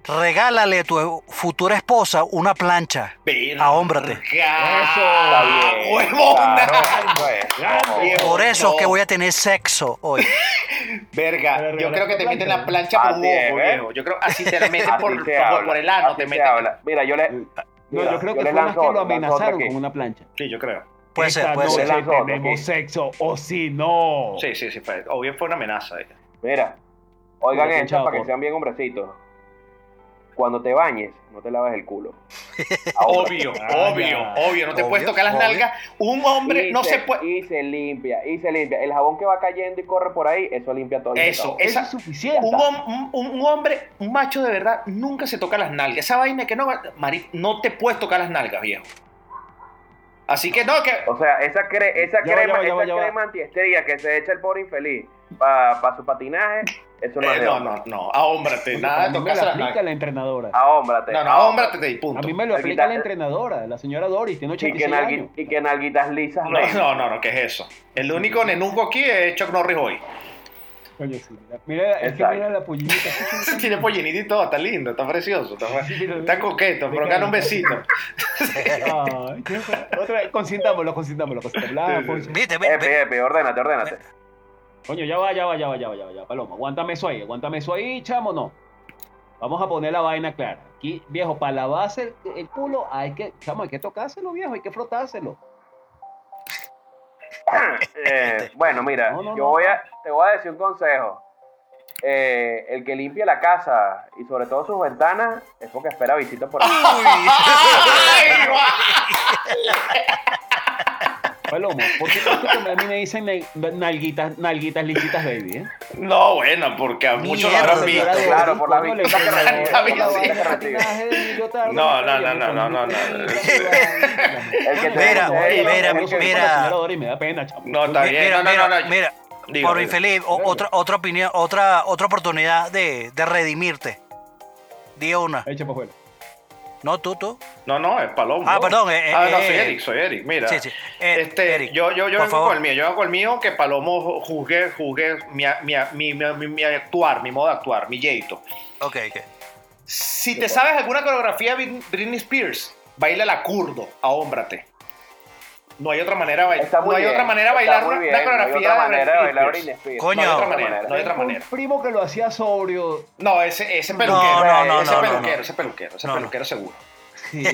Speaker 4: Regálale a tu futura esposa una plancha.
Speaker 2: Verga.
Speaker 4: Ahómbrate.
Speaker 3: Está
Speaker 2: Ah,
Speaker 3: bien, Pues,
Speaker 2: huevona.
Speaker 3: claro, eso es.
Speaker 2: Viejo,
Speaker 4: Por eso
Speaker 2: no.
Speaker 4: es que voy a tener sexo hoy.
Speaker 2: Verga,
Speaker 5: Pero
Speaker 2: yo creo que te
Speaker 5: regalaste
Speaker 2: meten la plancha por un
Speaker 3: Así es,
Speaker 2: ojo,
Speaker 3: ¿eh?
Speaker 2: viejo. Yo creo así te la meten
Speaker 3: Así
Speaker 2: por,
Speaker 3: se
Speaker 2: por,
Speaker 3: habla,
Speaker 2: por el ano,
Speaker 3: así
Speaker 2: te
Speaker 3: se
Speaker 2: meten.
Speaker 3: habla. Mira, yo le.
Speaker 5: No,
Speaker 3: mira,
Speaker 5: yo creo
Speaker 3: le
Speaker 5: que fue más
Speaker 3: lanzo
Speaker 5: que lo
Speaker 3: otra, lanzo otra
Speaker 5: amenazaron
Speaker 3: aquí.
Speaker 5: con una plancha.
Speaker 2: Sí, yo creo.
Speaker 4: puede
Speaker 5: Esta
Speaker 4: ser, puede
Speaker 5: noche
Speaker 4: ser.
Speaker 3: Las dos,
Speaker 5: tenemos
Speaker 3: ok.
Speaker 5: sexo, o si no.
Speaker 2: Sí, sí, sí, fue, o bien fue una amenaza. eh.
Speaker 3: Mira, oigan
Speaker 5: Mira,
Speaker 3: esto
Speaker 5: escuchado,
Speaker 3: para que
Speaker 5: por-
Speaker 3: sean bien hombrecitos. Cuando te bañes, no te laves el culo. Ahora.
Speaker 2: Obvio,
Speaker 5: Ah,
Speaker 2: obvio,
Speaker 5: ya.
Speaker 2: obvio. No te
Speaker 4: Obvio,
Speaker 2: puedes tocar las
Speaker 4: obvio.
Speaker 2: nalgas. Un hombre
Speaker 3: Y
Speaker 2: no
Speaker 3: se-
Speaker 2: se puede.
Speaker 3: Y se limpia, y se limpia. El jabón que va cayendo y corre por ahí, eso limpia todo. el
Speaker 2: Eso,
Speaker 3: pecado.
Speaker 5: Eso
Speaker 2: esa,
Speaker 5: es suficiente.
Speaker 2: un, hom- un- un hombre, un macho de verdad, nunca se toca las nalgas. Esa vaina que no va- Mari, no te puedes tocar las nalgas, viejo. Así que no, que.
Speaker 3: O sea, esa, cre- esa
Speaker 5: Ya va,
Speaker 3: crema,
Speaker 5: ya va, ya va,
Speaker 3: esa
Speaker 5: ya va.
Speaker 3: crema antiestrella que se echa el pobre infeliz para su patinaje, eso no
Speaker 2: eh,
Speaker 3: es de
Speaker 2: no,
Speaker 3: hombre.
Speaker 2: no, no, ahómbrate,
Speaker 5: Oye,
Speaker 2: nada
Speaker 5: a
Speaker 2: de
Speaker 5: mí me la
Speaker 2: tocarse las
Speaker 5: aplica
Speaker 2: nalgas.
Speaker 5: la entrenadora.
Speaker 3: Ahómbrate.
Speaker 2: No, no,
Speaker 3: ahómbrate.
Speaker 2: ahómbrate y
Speaker 5: A
Speaker 2: punto.
Speaker 5: mí me lo
Speaker 3: Ah, Aquí
Speaker 5: aplica
Speaker 3: está-
Speaker 5: la entrenadora, la señora Doris, tiene
Speaker 3: Y que,
Speaker 5: 86
Speaker 3: nalgui-
Speaker 5: años.
Speaker 3: y que nalguitas lisas.
Speaker 2: No,
Speaker 3: ven.
Speaker 2: no, no, no, ¿qué es eso? El único nenuco aquí es Chuck Norris hoy.
Speaker 5: Coño, sí, mira, mira, es que
Speaker 3: Exacto.
Speaker 5: mira la pollita.
Speaker 2: Tiene pollinito y todo, está lindo, está precioso, está,
Speaker 5: mira.
Speaker 2: está coqueto, pero gana un besito.
Speaker 5: Ay, qué feo. Otra vez, consintámoslo, consintámoslo, consintámoslo. Ah, cons-
Speaker 4: Viste, ve- ve-
Speaker 3: Epi, epi, ordénate, ordénate.
Speaker 5: Coño, ya va, ya va, ya va, ya va, ya va, ya va, Paloma. Aguántame eso ahí, aguántame eso ahí, chamo, no. Vamos a poner la vaina clara. Aquí, viejo, para lavarse el, el culo hay que, chamo, hay que tocárselo, viejo, hay que frotárselo.
Speaker 3: Eh, bueno, mira,
Speaker 5: No, no,
Speaker 3: yo
Speaker 5: no.
Speaker 3: voy a, te voy a decir un consejo. Eh, el que limpie la casa y sobre todo sus ventanas es porque espera visitas por ahí.
Speaker 4: Ah.
Speaker 2: ¡Ay, guau!
Speaker 5: Paloma, ¿por qué es que a mí me dicen na- nalguitas, nalguitas lisitas, baby? eh?
Speaker 2: No, bueno, porque a muchos lo
Speaker 4: Mierda,
Speaker 2: habrán visto.
Speaker 4: señora
Speaker 5: Doris,
Speaker 3: claro, por la
Speaker 5: coño, le
Speaker 3: visita que
Speaker 5: pongo-
Speaker 2: recibe, por la
Speaker 5: la
Speaker 2: visita
Speaker 5: vaina
Speaker 3: que
Speaker 5: de patinaje de yo tarde,
Speaker 2: No, no,
Speaker 5: yo
Speaker 2: no,
Speaker 5: me
Speaker 2: no, no, no,
Speaker 5: pongo
Speaker 2: no.
Speaker 3: El que
Speaker 4: Mira,
Speaker 3: se deje,
Speaker 4: mira,
Speaker 3: el que se-
Speaker 4: mira.
Speaker 5: me da pena, chamo.
Speaker 2: No, está bien.
Speaker 4: mira,
Speaker 2: no, no,
Speaker 4: mira,
Speaker 2: no, no.
Speaker 4: mira.
Speaker 2: Diga,
Speaker 4: Por
Speaker 2: diga.
Speaker 4: infeliz, o- otra, otra opinión, otra, otra oportunidad de, de redimirte. Di una.
Speaker 5: Echa pa' fuera.
Speaker 4: No, tú, tú.
Speaker 2: No, no, es Paloma.
Speaker 4: Ah, perdón, eh,
Speaker 2: ah, no,
Speaker 4: eh,
Speaker 2: soy
Speaker 4: eh.
Speaker 2: Eric, soy Eric, mira.
Speaker 4: Sí, sí. Eh,
Speaker 2: este,
Speaker 4: Eric,
Speaker 2: yo, yo, yo
Speaker 4: por
Speaker 2: vengo
Speaker 4: favor.
Speaker 2: con el mío, yo vengo con el mío que Palomo juzgue, juzgue mi, mi, mi, mi, mi- mi actuar, mi modo de actuar, mi jeito.
Speaker 4: Ok, ok.
Speaker 2: Si te sabes alguna coreografía de Britney- Britney Spears, baila la curdo, ahómbrate. No hay otra manera de bailar.
Speaker 3: Está muy
Speaker 2: No hay
Speaker 3: bien,
Speaker 2: otra manera de
Speaker 3: está
Speaker 2: bailar
Speaker 3: muy
Speaker 2: una,
Speaker 3: bien,
Speaker 2: una
Speaker 3: no hay
Speaker 2: coreografía
Speaker 3: otra manera de
Speaker 2: Britney
Speaker 3: bailar Britney
Speaker 2: Spears.
Speaker 3: Spears.
Speaker 4: Coño.
Speaker 2: No hay otra
Speaker 4: No hay
Speaker 2: manera, no hay otra
Speaker 5: Tengo
Speaker 2: manera.
Speaker 5: Un primo que lo hacía sobrio.
Speaker 2: No, ese, ese
Speaker 5: No,
Speaker 2: peluquero,
Speaker 4: no, no,
Speaker 2: ese
Speaker 3: no, no,
Speaker 2: peluquero,
Speaker 4: no.
Speaker 2: ese peluquero, ese
Speaker 4: No, no.
Speaker 2: peluquero seguro.
Speaker 5: Sí.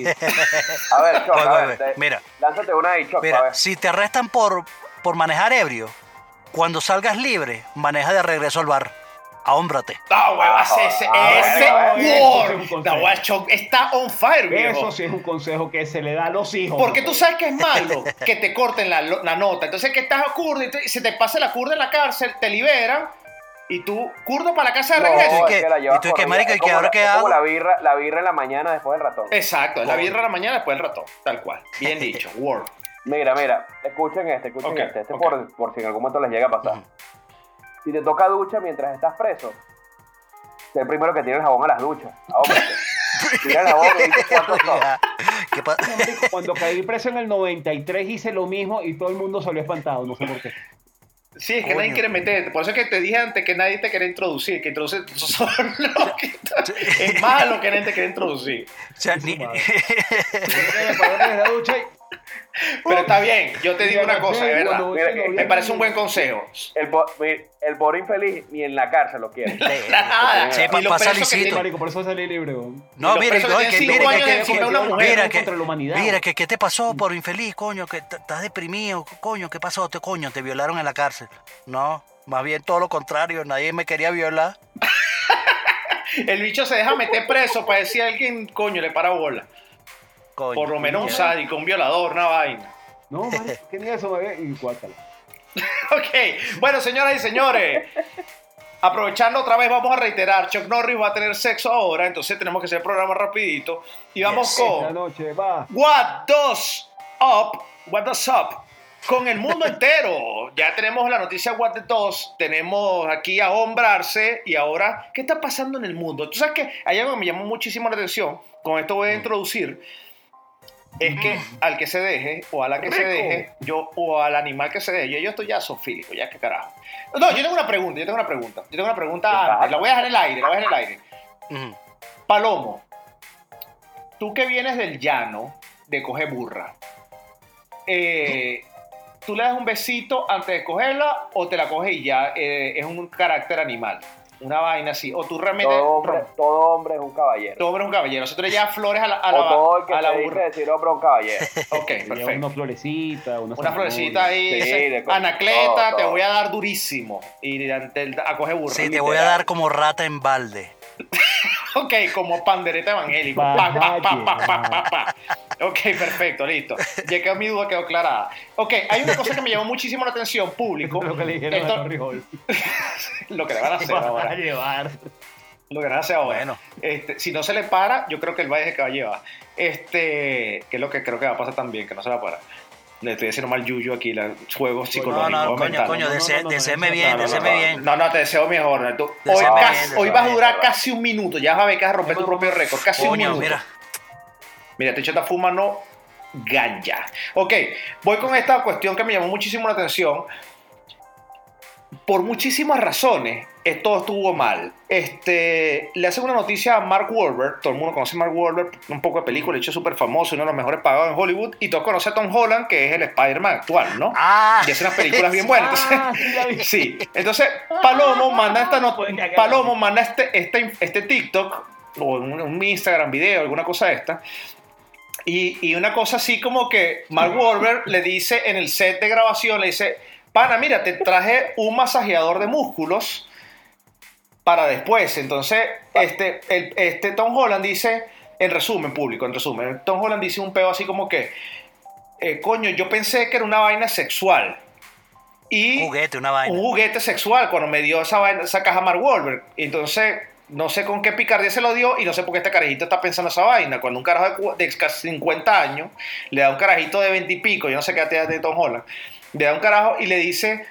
Speaker 3: A ver, Choc,
Speaker 4: Voy,
Speaker 3: a
Speaker 4: voy,
Speaker 3: ver,
Speaker 4: voy.
Speaker 3: te-
Speaker 4: Mira,
Speaker 3: lánzate una ahí, Choc, a ver.
Speaker 4: mira, si te arrestan por, por manejar ebrio, cuando salgas libre, maneja de regreso al bar. Ahómbrate.
Speaker 2: No, huevón, ese, ese,
Speaker 3: Ah,
Speaker 2: ese
Speaker 5: bueno, eso sí es un
Speaker 2: Word.
Speaker 5: consejo.
Speaker 2: No, huevón, Choc está on fire, viejo.
Speaker 5: Eso sí es un consejo que se le da a los hijos.
Speaker 2: Porque tú
Speaker 5: mejor.
Speaker 2: sabes que es malo que te corten la, la nota. Entonces, que estás curdo y te- se te pasa la curda en la cárcel, te liberan y tú, curdo para la casa de
Speaker 3: No,
Speaker 2: regreso.
Speaker 4: ¿Y
Speaker 3: es
Speaker 4: qué?
Speaker 3: que la
Speaker 4: ¿Y
Speaker 3: llevas
Speaker 4: tú qué,
Speaker 3: corrida,
Speaker 4: marico,
Speaker 3: es
Speaker 4: y qué
Speaker 3: como
Speaker 4: ahora
Speaker 3: la-
Speaker 4: qué
Speaker 3: es como
Speaker 4: hago?
Speaker 3: la birra, la birra en la mañana después del ratón.
Speaker 2: Exacto, es la birra de la mañana después del ratón. Tal cual. Bien dicho, Word.
Speaker 3: Mira, mira, escuchen este, escuchen
Speaker 2: Ok,
Speaker 3: este, este
Speaker 2: ok.
Speaker 3: por, por si en algún momento les llega a pasar. Si te toca ducha mientras estás preso, sé el primero que tiene el jabón a las duchas. Ahómbrate. Tira el jabón y dices cuántos son.
Speaker 4: ¿Qué pa-
Speaker 5: Cuando caí preso en el 93 hice lo mismo y todo el mundo salió espantado, no sé por qué.
Speaker 2: Sí, es que nadie
Speaker 4: Coño.
Speaker 2: quiere meterte. Por eso es que te dije antes que nadie te quiere introducir, que introduce tú solo. es malo que nadie te quiere introducir.
Speaker 4: O sea, ni-
Speaker 5: Me paré desde la ducha y-
Speaker 2: Pero está bien, yo te digo una cosa, de verdad.
Speaker 5: Cuando voy
Speaker 3: Mira,
Speaker 5: en
Speaker 3: me
Speaker 2: Me
Speaker 5: noviembre-
Speaker 2: parece un buen consejo.
Speaker 3: El, po- mi- el pobre infeliz ni en la cárcel lo quiere.
Speaker 2: Nada.
Speaker 4: Sí, pa-
Speaker 2: Y los
Speaker 4: pasa
Speaker 2: presos que
Speaker 4: lisito.
Speaker 2: tienen-
Speaker 5: Marico, por eso salí libre, weón.
Speaker 4: no,
Speaker 2: los
Speaker 4: mira,
Speaker 2: presos
Speaker 4: no,
Speaker 2: que
Speaker 4: que,
Speaker 2: tienen
Speaker 4: mira,
Speaker 2: cinco años
Speaker 4: que-
Speaker 2: encima de una
Speaker 4: que-
Speaker 2: mujer,
Speaker 4: mira,
Speaker 5: ¿no?
Speaker 4: que,
Speaker 5: contra la humanidad.
Speaker 4: mira, que, ¿qué te pasó por infeliz, coño? Que t- estás deprimido, coño, ¿qué pasó? Te, coño, te violaron en la cárcel. No, más bien todo lo contrario, nadie me quería violar.
Speaker 2: El bicho se deja meter preso para decir a alguien, coño, le para bola.
Speaker 4: Coño.
Speaker 2: Por lo menos un
Speaker 5: mira.
Speaker 2: sádico, un violador, una vaina.
Speaker 5: No, marico, ¿qué ni eso me ve? Y cuátala.
Speaker 2: Ok, bueno, señoras y señores. Aprovechando otra vez, vamos a reiterar, Chuck Norris va a tener sexo ahora, entonces tenemos que hacer el programa rapidito. Y vamos
Speaker 4: Yes.
Speaker 5: Esta
Speaker 2: con
Speaker 5: noche va.
Speaker 2: What Does Up, What Does Up, con el mundo entero. Ya tenemos la noticia What the Does, tenemos aquí a hombrarse y ahora, ¿qué está pasando en el mundo? Tú sabes que hay algo que me llamó muchísimo la atención, con esto voy a introducir, es que al que se deje, o a la que se
Speaker 5: Rico.
Speaker 2: deje, yo, o al animal que se deje, yo, yo estoy ya zoofílico, ya que carajo. No, yo tengo una pregunta, yo tengo una pregunta, yo tengo una pregunta antes, la voy a dejar en el aire, la voy a dejar en el aire.
Speaker 4: Ujú.
Speaker 2: Palomo, tú que vienes del llano de coger burra, eh, ¿tú le das un besito antes de cogerla o te la coges y ya eh, es un carácter animal? una vaina así. O tú realmente.
Speaker 3: Todo hombre,
Speaker 2: rom-
Speaker 3: todo hombre es un caballero.
Speaker 2: todo hombre es un caballero. Nosotros le llevas flores a la, a
Speaker 3: o
Speaker 2: la,
Speaker 3: todo el que
Speaker 2: a la
Speaker 3: te dice
Speaker 2: burra.
Speaker 3: decir hombre es un caballero.
Speaker 2: Ok,
Speaker 5: Le lleva
Speaker 2: perfecto.
Speaker 5: una florecita, una,
Speaker 2: Una florecita ahí.
Speaker 3: Sí,
Speaker 2: dice,
Speaker 3: le con-
Speaker 2: Anacleta,
Speaker 3: todo,
Speaker 2: te
Speaker 3: todo.
Speaker 2: voy a dar durísimo. Y ante el- a coger burro.
Speaker 4: Sí, te voy a dar como rata en balde.
Speaker 2: Ok, como pandereta evangélico. Pa, pa, pa, pa, pa, pa, pa. Ok, perfecto, listo. Ya quedó mi duda, quedó aclarada. Ok, hay una cosa que me llamó muchísimo la atención, público.
Speaker 5: Lo que le dijeron
Speaker 2: Esto-
Speaker 5: a Ah, Torri Hall.
Speaker 2: lo que le van a hacer
Speaker 5: Vas a
Speaker 2: ahora.
Speaker 5: llevar.
Speaker 2: Lo que le van a hacer ahora.
Speaker 4: Bueno,
Speaker 2: Este, si no se le para, yo creo que el Valle se va a llevar. Este, que es lo que creo que va a pasar también, que no se la para. Le estoy diciendo mal Yuyo aquí, la, juegos
Speaker 4: no,
Speaker 2: psicológicos.
Speaker 4: no, coño,
Speaker 2: mentales.
Speaker 4: coño,
Speaker 5: no, no,
Speaker 4: dese-
Speaker 5: no, no,
Speaker 4: deséeme
Speaker 5: no,
Speaker 4: bien,
Speaker 5: no, no,
Speaker 4: deséeme
Speaker 3: no.
Speaker 4: bien.
Speaker 2: No, no, te deseo mejor. Tú-
Speaker 4: Te
Speaker 2: hoy
Speaker 4: deseo
Speaker 2: cas-
Speaker 4: bien,
Speaker 2: hoy
Speaker 4: te
Speaker 2: vas a
Speaker 4: deseo
Speaker 2: durar
Speaker 3: bien.
Speaker 2: casi un minuto. Ya vas a ver que vas a romper tu propio récord. Casi un
Speaker 4: Coño,
Speaker 2: minuto.
Speaker 4: mira.
Speaker 2: Mira, este chata fumando ganja. Ok, voy con esta cuestión que me llamó muchísimo la atención. Por muchísimas razones, eh, todo estuvo mal. Este, le hacen una noticia a Mark Wahlberg. Todo el mundo conoce a Mark Wahlberg, un poco de película, hecho súper famoso, uno de los mejores pagados en Hollywood. Y todos conocen a Tom Holland, que es el Spider-Man actual, ¿no?
Speaker 4: Ah,
Speaker 2: Y hace unas películas bien buenas.
Speaker 5: Ah,
Speaker 2: Entonces,
Speaker 5: sí, la vi.
Speaker 2: Sí, entonces Palomo manda esta not-
Speaker 5: Pueden cagar.
Speaker 2: Palomo manda este, este, este TikTok o un, un Instagram video, alguna cosa de esta. Y, y una cosa así como que Mark Wahlberg le dice en el set de grabación, le dice, pana, mira, te traje un masajeador de músculos para después. Entonces, este, el- este Tom Holland dice, en resumen, público, en resumen, Tom Holland dice un peo así como que, eh, coño, yo pensé que era una vaina sexual. Y
Speaker 4: juguete, una
Speaker 2: un
Speaker 4: vaina.
Speaker 2: juguete sexual cuando me dio esa, vaina- esa caja Mark Wahlberg. Entonces, no sé con qué picardía se lo dio y no sé por qué este carajito está pensando esa vaina. Cuando un carajo de cu- de, casi 50 años le da un carajito de 20 y pico, yo no sé qué edad de Tom Holland, le da un carajo y le dice,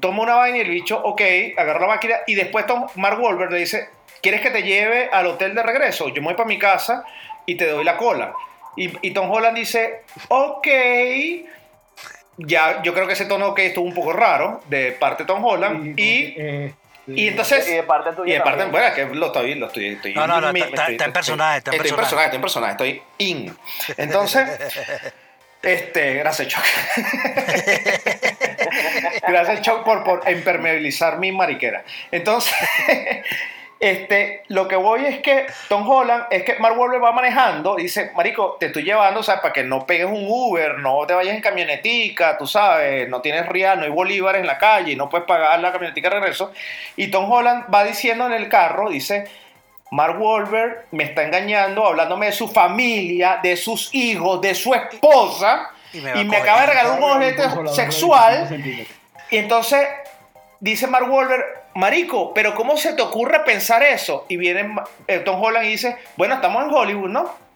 Speaker 2: toma una vaina y el bicho, ok, agarra la máquina y después Tom, Mark Wahlberg le dice, ¿quieres que te lleve al hotel de regreso? Yo me voy para mi casa y te doy la cola. Y, y Tom Holland dice, ok. Ya, yo creo que ese tono que estuvo un poco raro de parte de Tom Holland. Y,
Speaker 5: Eh,
Speaker 2: y
Speaker 3: Y
Speaker 2: entonces.
Speaker 3: de parte
Speaker 2: Y
Speaker 3: tuya.
Speaker 2: de parte,
Speaker 3: también.
Speaker 2: bueno, es que lo estoy, lo estoy, estoy
Speaker 4: No, no, no,
Speaker 2: me-
Speaker 4: está-
Speaker 2: me
Speaker 4: está-
Speaker 2: estoy-
Speaker 4: está en personaje, está en
Speaker 2: estoy
Speaker 4: personaje.
Speaker 2: estoy en personaje, estoy in. Entonces, este, gracias, Choc. gracias, Choc, por, por impermeabilizar mi mariquera. Entonces, este, lo que voy es que Tom Holland, es que Mark Wahlberg va manejando, y dice, marico, te estoy llevando, o sea, para que no pegues un Uber, no te vayas en camionetica, tú sabes, no tienes real, no hay bolívares en la calle, no puedes pagar la camionetica de regreso. Y Tom Holland va diciendo en el carro, dice, Mark Wahlberg me está engañando hablándome de su familia, de sus hijos, de su esposa.
Speaker 4: Y me va
Speaker 2: Y
Speaker 4: a
Speaker 2: me
Speaker 4: coger.
Speaker 2: acaba de regalar un
Speaker 5: con
Speaker 2: objeto
Speaker 5: la barra de 25
Speaker 2: sexual.
Speaker 5: centímetros.
Speaker 2: Y entonces dice Mark Wahlberg, Marico, pero ¿cómo se te ocurre pensar eso? Y viene Ma- eh, Tom Holland y dice, bueno, estamos en Hollywood, ¿no?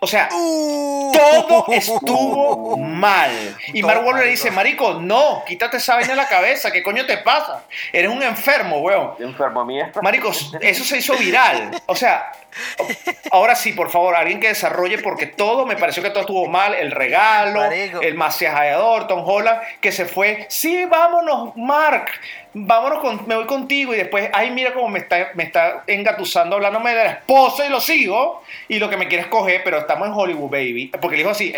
Speaker 2: O sea,
Speaker 4: Uh,
Speaker 2: todo estuvo mal. Y
Speaker 4: Todo
Speaker 2: Mark Wahlberg
Speaker 4: mal,
Speaker 2: dice,
Speaker 4: no.
Speaker 2: Marico, no, quítate esa vaina de la cabeza, ¿qué coño te pasa? Eres un enfermo, weón.
Speaker 3: Yo enfermo mía.
Speaker 2: Maricos, eso se hizo viral. O sea, ahora sí, por favor, alguien que desarrolle, porque todo me pareció que todo estuvo mal. El regalo,
Speaker 4: Marico.
Speaker 2: el masajeador, Tom Holland, que se fue. Sí, vámonos, Mark. Vámonos, con- me voy contigo. Y después, ay, mira cómo me está, me está engatusando hablándome de la esposa y los hijos. Y lo que me quiere es coger, pero estamos en Hollywood, baby. Porque le dijo así.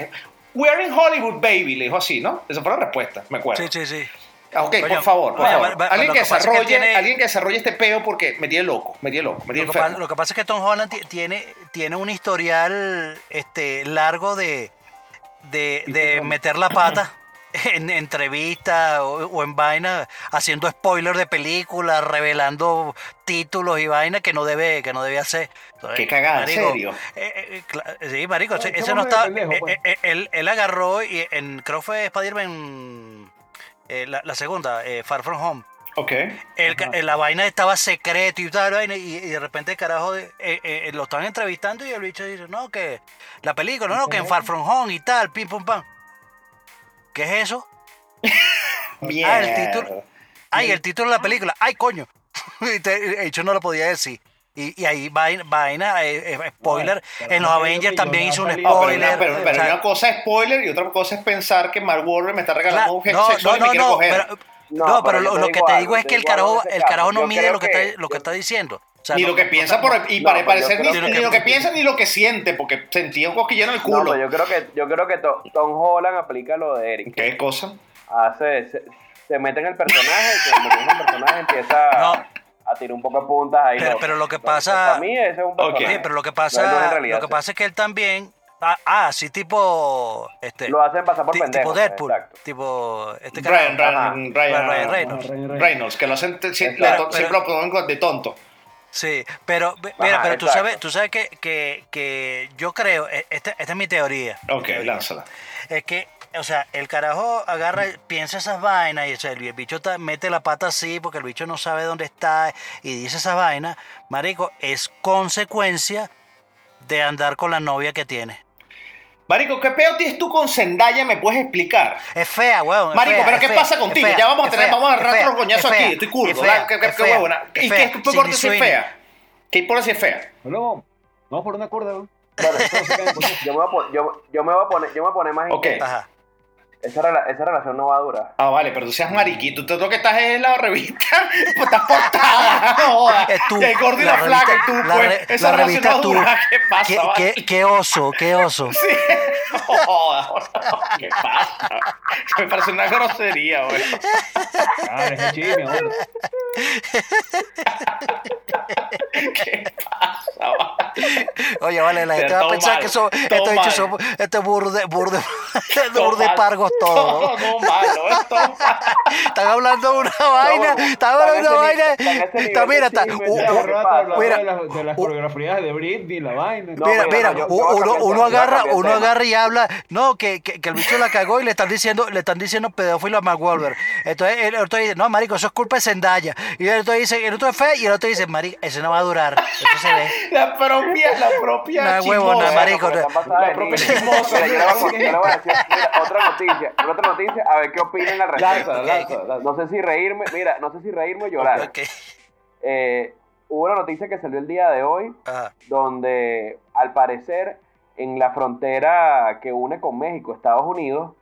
Speaker 2: We are in Hollywood, baby. Le dijo así, ¿no? Esa fue la respuesta, me acuerdo.
Speaker 4: Sí, sí, sí.
Speaker 2: Ah, Ok,
Speaker 4: Coño,
Speaker 2: por favor, por
Speaker 4: oye,
Speaker 2: favor.
Speaker 4: va- va-
Speaker 2: alguien,
Speaker 4: lo
Speaker 2: que
Speaker 4: que pasa es que
Speaker 2: desarrolle,
Speaker 4: tiene-
Speaker 2: alguien que desarrolle este peo porque me tiene loco, me tiene loco, me tiene
Speaker 4: Lo que, pa-
Speaker 2: enfermo.
Speaker 4: lo que pasa es que Tom Holland ti- tiene, tiene un historial este, largo de, de, de meter la pata en entrevistas o, o en vaina, haciendo spoiler de películas, revelando títulos y vaina que no debe, que no debe hacer. Entonces,
Speaker 2: Qué cagada, ¿en serio?
Speaker 4: eh, eh, cla- sí, marico,
Speaker 5: Ay,
Speaker 4: ese- ese no
Speaker 5: echémonos de
Speaker 4: está.
Speaker 5: pendejo,
Speaker 4: eh,
Speaker 5: pues.
Speaker 4: eh, él, él agarró y en creo fue Spider-Man eh, la, la segunda, eh, Far From Home.
Speaker 2: Ok.
Speaker 4: El ca-
Speaker 5: Ajá.
Speaker 4: eh, la vaina estaba secreto y tal vaina, y, y de repente carajo eh, eh, eh, lo están entrevistando y el bicho dice, no, que la película, no, que en Far From Home y tal, pim pum pam. ¿Qué es eso?
Speaker 2: Bien.
Speaker 4: Ah, el título. Ay, el título de la película, ay, coño. Y te- eh, yo no lo podía decir. Y, y ahí vaina, vaina, eh, eh, spoiler.
Speaker 5: Bueno,
Speaker 4: en los
Speaker 5: no creo
Speaker 4: Avengers
Speaker 5: que
Speaker 4: también
Speaker 5: yo
Speaker 4: hizo un
Speaker 5: no salí-
Speaker 2: No,
Speaker 4: spoiler.
Speaker 2: pero, una, pero- pero
Speaker 4: o sea,
Speaker 2: una cosa es spoiler y otra cosa es pensar que Mark Wahlberg me está regalando
Speaker 4: claro,
Speaker 2: un objeto sexual y me quiere coger.
Speaker 4: pero, no, pero
Speaker 3: yo
Speaker 4: lo, lo que te
Speaker 3: algo,
Speaker 4: digo es que el
Speaker 3: algo
Speaker 4: carajo,
Speaker 3: en ese
Speaker 4: el carajo
Speaker 3: caso.
Speaker 4: no
Speaker 3: Yo
Speaker 4: mide
Speaker 3: creo
Speaker 4: lo que,
Speaker 3: que-
Speaker 4: está, lo que
Speaker 3: yo-
Speaker 4: está diciendo. O sea,
Speaker 2: ni
Speaker 4: no-
Speaker 2: lo que
Speaker 4: no-
Speaker 2: piensa,
Speaker 4: no-
Speaker 2: por, y
Speaker 3: no,
Speaker 2: para
Speaker 3: pero yo
Speaker 2: parecer, ni,
Speaker 3: creo
Speaker 4: que-
Speaker 2: ni lo que piensa ni lo que siente, porque sentía un cosquillo en el
Speaker 3: No,
Speaker 2: culo.
Speaker 3: pero yo creo que, yo creo que To- Tom Holland aplica lo de Eric.
Speaker 2: ¿Qué cosa?
Speaker 3: Hace, se, se mete en el personaje y cuando mete en el personaje empieza
Speaker 4: No.
Speaker 3: a- a tirar un poco de puntas ahí.
Speaker 4: Pero-
Speaker 3: no.
Speaker 4: pero lo que
Speaker 3: No,
Speaker 4: pasa-
Speaker 3: Para mí ese es un
Speaker 2: Ok.
Speaker 3: personaje.
Speaker 4: Sí, pero lo que
Speaker 3: No, no,
Speaker 4: pasa,
Speaker 3: en realidad,
Speaker 4: lo que
Speaker 3: sí.
Speaker 4: pasa es que él también. Ah, ah, sí, tipo. Este,
Speaker 3: Lo hacen pasar por
Speaker 4: ti-
Speaker 3: pendejo.
Speaker 4: tipo Deadpool.
Speaker 3: Exacto.
Speaker 4: Tipo. Este
Speaker 2: Ryan,
Speaker 4: carajo.
Speaker 3: Ajá.
Speaker 2: Ryan,
Speaker 4: Ryan
Speaker 2: Ryan,
Speaker 4: Reynolds.
Speaker 2: Reynolds, que lo hacen te- si-
Speaker 3: Pero-
Speaker 2: la to-
Speaker 4: pero-
Speaker 2: siempre lo ponen con- de tonto.
Speaker 4: Sí, pero ve- mira,
Speaker 3: Ajá,
Speaker 4: pero tú
Speaker 3: exacto.
Speaker 4: sabes, tú sabes que, que, que yo creo, e- esta, esta es mi teoría.
Speaker 2: Ok, lánzala.
Speaker 4: Es que, o sea, el carajo agarra, piensa esas vainas y o sea, el bicho ta- mete la pata así porque el bicho no sabe dónde está y dice esas vainas. Marico, es consecuencia de andar con la novia que tiene.
Speaker 2: Marico, ¿qué peo tienes tú con Zendaya? ¿Me puedes explicar?
Speaker 4: Es fea, huevón. es
Speaker 2: Marico,
Speaker 4: fea,
Speaker 2: ¿pero
Speaker 4: es
Speaker 2: qué
Speaker 4: fea,
Speaker 2: pasa
Speaker 4: es
Speaker 2: contigo?
Speaker 4: fea,
Speaker 2: Ya vamos a
Speaker 4: es
Speaker 2: tener,
Speaker 4: fea,
Speaker 2: vamos a
Speaker 4: es
Speaker 2: agarrar
Speaker 4: fea,
Speaker 2: otro coñazo
Speaker 4: es fea,
Speaker 2: aquí. Estoy
Speaker 4: es
Speaker 2: curdo,
Speaker 4: fea,
Speaker 2: ¿verdad? ¿Qué, qué,
Speaker 4: es
Speaker 2: qué
Speaker 4: fea,
Speaker 2: huevona? ¿Y
Speaker 4: es
Speaker 2: qué
Speaker 4: fea,
Speaker 2: tú por
Speaker 4: Cindy
Speaker 2: si es
Speaker 4: Sweeney.
Speaker 2: fea? ¿Qué por si es fea?
Speaker 5: Palomo, vamos por una cuerda, ¿no?
Speaker 3: Bueno, yo, me voy a pon- yo, yo me voy a poner, yo me voy a poner más.
Speaker 2: Ok.
Speaker 3: intenso.
Speaker 4: Ajá.
Speaker 3: Esa, rela- esa relación no va a durar.
Speaker 2: Ah, vale, pero tú seas mariquito. Tú lo que estás es en la revista. Pues estás portada. no jodas.
Speaker 4: Eh, tú,
Speaker 2: El gordo y la,
Speaker 4: la revista-
Speaker 2: flaca. Y tú,
Speaker 4: la
Speaker 2: pues.
Speaker 4: re-
Speaker 2: esa
Speaker 4: la
Speaker 2: relación
Speaker 4: revista
Speaker 2: no
Speaker 4: tú.
Speaker 2: dura. ¿Qué
Speaker 4: ¿Qué,
Speaker 2: pasa, vale?
Speaker 4: qué- qué oso, qué oso.
Speaker 2: Sí. No jodas. ¿Qué pasa? Me parece una grosería, güey.
Speaker 5: Ah, es chisme, hombre.
Speaker 2: ¿Qué pasa, vale?
Speaker 4: Oye, vale, la
Speaker 2: O sea,
Speaker 4: gente va a
Speaker 2: todo
Speaker 4: pensar
Speaker 2: mal,
Speaker 4: que son,
Speaker 2: todo
Speaker 4: estos bichos
Speaker 2: mal.
Speaker 4: son, estos burde, burde, burde
Speaker 2: mal.
Speaker 4: pargos todos.
Speaker 2: Todo, todo malo, es todo malo.
Speaker 4: Están hablando una vaina, están
Speaker 3: Está
Speaker 4: hablando una
Speaker 3: en ese
Speaker 4: vaina.
Speaker 3: ni- está en ese
Speaker 4: Está,
Speaker 3: nivel
Speaker 4: mira,
Speaker 3: de
Speaker 4: está,
Speaker 3: chisme,
Speaker 2: Uh,
Speaker 4: u-
Speaker 5: Ya,
Speaker 3: ¿qué
Speaker 4: u-
Speaker 5: rato
Speaker 3: pasa?
Speaker 5: hablando
Speaker 4: Mira.
Speaker 5: de las, de las coreografías de Britney, la vaina.
Speaker 3: No,
Speaker 4: mira,
Speaker 3: mira,
Speaker 4: mira,
Speaker 3: no, yo- uh.
Speaker 4: u-
Speaker 3: yo voy a cambiar
Speaker 4: uno, uno
Speaker 3: el tema, yo voy a
Speaker 4: agarra,
Speaker 3: cambiar el
Speaker 4: uno
Speaker 3: tema.
Speaker 4: agarra y habla, no, que, que, que el bicho la cagó y le están diciendo, le están diciendo pedófilo a Mark Wahlberg. Entonces el otro dice, no, marico, eso es culpa de Zendaya. Y el otro dice, el otro es fe, y el otro dice, marico, eso no va a durar. Eso se ve.
Speaker 2: La propia, la propia.
Speaker 4: Una
Speaker 2: chismosa.
Speaker 4: huevona, marico.
Speaker 3: Porque están pasadas
Speaker 2: La
Speaker 3: de
Speaker 2: propia
Speaker 3: niños.
Speaker 2: chismosa.
Speaker 3: Mira, yo le voy a- yo le voy a decir, mira, otra noticia, otra noticia, a ver qué opinan al respecto.
Speaker 5: Lánzala, lánzala, lánzala.
Speaker 3: No sé si reírme, mira, no sé si reírme o llorar.
Speaker 4: Ok.
Speaker 3: Eh, hubo una noticia que salió el día de hoy,
Speaker 4: Ajá.
Speaker 3: donde al parecer en la frontera que une con México, Estados Unidos,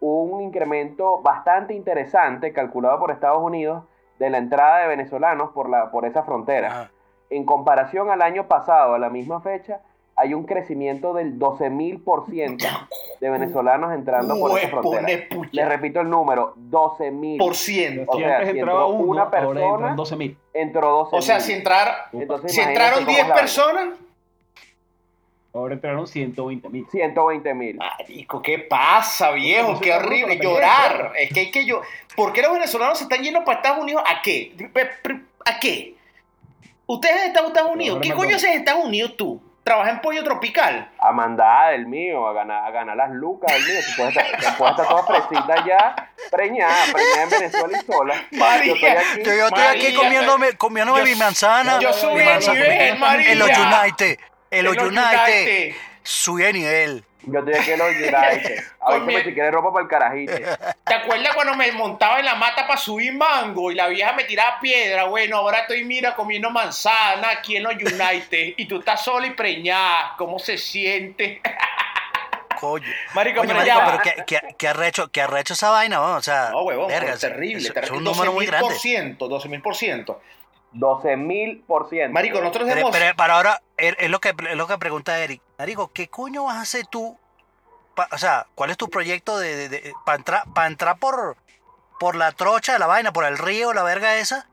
Speaker 3: hubo un incremento bastante interesante calculado por Estados Unidos de la entrada de venezolanos por, la, por esa frontera.
Speaker 4: Ajá.
Speaker 3: En comparación al año pasado, a la misma fecha, hay un crecimiento del 12.000% de venezolanos entrando por esa frontera.
Speaker 2: Huevone pucha.
Speaker 3: Les repito el número, 12.000.
Speaker 2: Por ciento.
Speaker 3: O
Speaker 5: Si
Speaker 3: sea,
Speaker 5: antes
Speaker 3: si
Speaker 5: entraba
Speaker 3: entró
Speaker 5: uno,
Speaker 3: una
Speaker 5: ahora
Speaker 3: persona-
Speaker 5: entran 12 mil.
Speaker 3: Entró 12.000.
Speaker 2: O sea, si, entrar,
Speaker 3: Entonces,
Speaker 2: si
Speaker 3: imagínate
Speaker 2: entraron
Speaker 3: cómo
Speaker 2: 10
Speaker 3: es la vaina.
Speaker 2: personas.
Speaker 5: Ahora entraron 120 mil.
Speaker 3: 120.000.
Speaker 2: Marico, ¿qué pasa, viejo?
Speaker 5: Entonces,
Speaker 2: Qué
Speaker 5: eso es
Speaker 2: horrible.
Speaker 5: una
Speaker 2: Llorar. Es que hay que llorar. ¿Por qué los venezolanos se están yendo para Estados Unidos? ¿A qué? ¿A qué? Ustedes están en Estados Unidos. ¿Qué
Speaker 5: Trabajar
Speaker 2: coño
Speaker 5: en McDonald's.
Speaker 2: haces en Estados Unidos tú? ¿Trabajas en pollo tropical?
Speaker 3: a mandar del mío, a ganar, a ganar las lucas del mío. Tú puedes estar, tú puedes estar toda fresita ya, preñada, preñada en Venezuela y sola.
Speaker 2: María,
Speaker 3: yo estoy aquí.
Speaker 4: Yo, yo estoy aquí
Speaker 2: María, eh,
Speaker 4: comiéndome, comiéndome
Speaker 2: yo-
Speaker 4: mi manzana.
Speaker 2: Yo
Speaker 4: mi
Speaker 2: subí el
Speaker 4: manzana.
Speaker 2: nivel, María.
Speaker 4: En los United. En los
Speaker 2: En los
Speaker 4: United.
Speaker 2: United.
Speaker 4: Subí de nivel.
Speaker 3: Yo estoy aquí en los United. A ver,
Speaker 2: Con
Speaker 3: cómeme
Speaker 2: mi-
Speaker 3: si quieres ropa para el carajito.
Speaker 2: ¿Te acuerdas cuando me montaba en la mata para subir mango y la vieja me tiraba piedra? Bueno, ahora estoy, mira, comiendo manzana aquí en los United y tú estás sola y preñada. ¿Cómo se siente?
Speaker 4: Coño.
Speaker 2: Marico,
Speaker 4: Coño,
Speaker 2: pero
Speaker 4: marico,
Speaker 2: ya va.
Speaker 4: pero ¿qué, qué, qué arrecho, qué arrecho esa vaina, vamos, O sea,
Speaker 2: No, huevón,
Speaker 4: verga,
Speaker 2: es terrible.
Speaker 4: Es, es
Speaker 2: terrible.
Speaker 4: un número muy grande.
Speaker 2: 12.000%, 12.000%.
Speaker 3: 12 mil por ciento.
Speaker 2: Marico, nosotros
Speaker 4: Pero,
Speaker 2: hemos...
Speaker 4: pero para ahora, es, es lo que, es lo que pregunta Eric. Marico, ¿qué coño vas a hacer tú? Pa- o sea, ¿cuál es tu proyecto de, para entrar, pa entrar por, por la trocha de la vaina, por el río, la verga esa?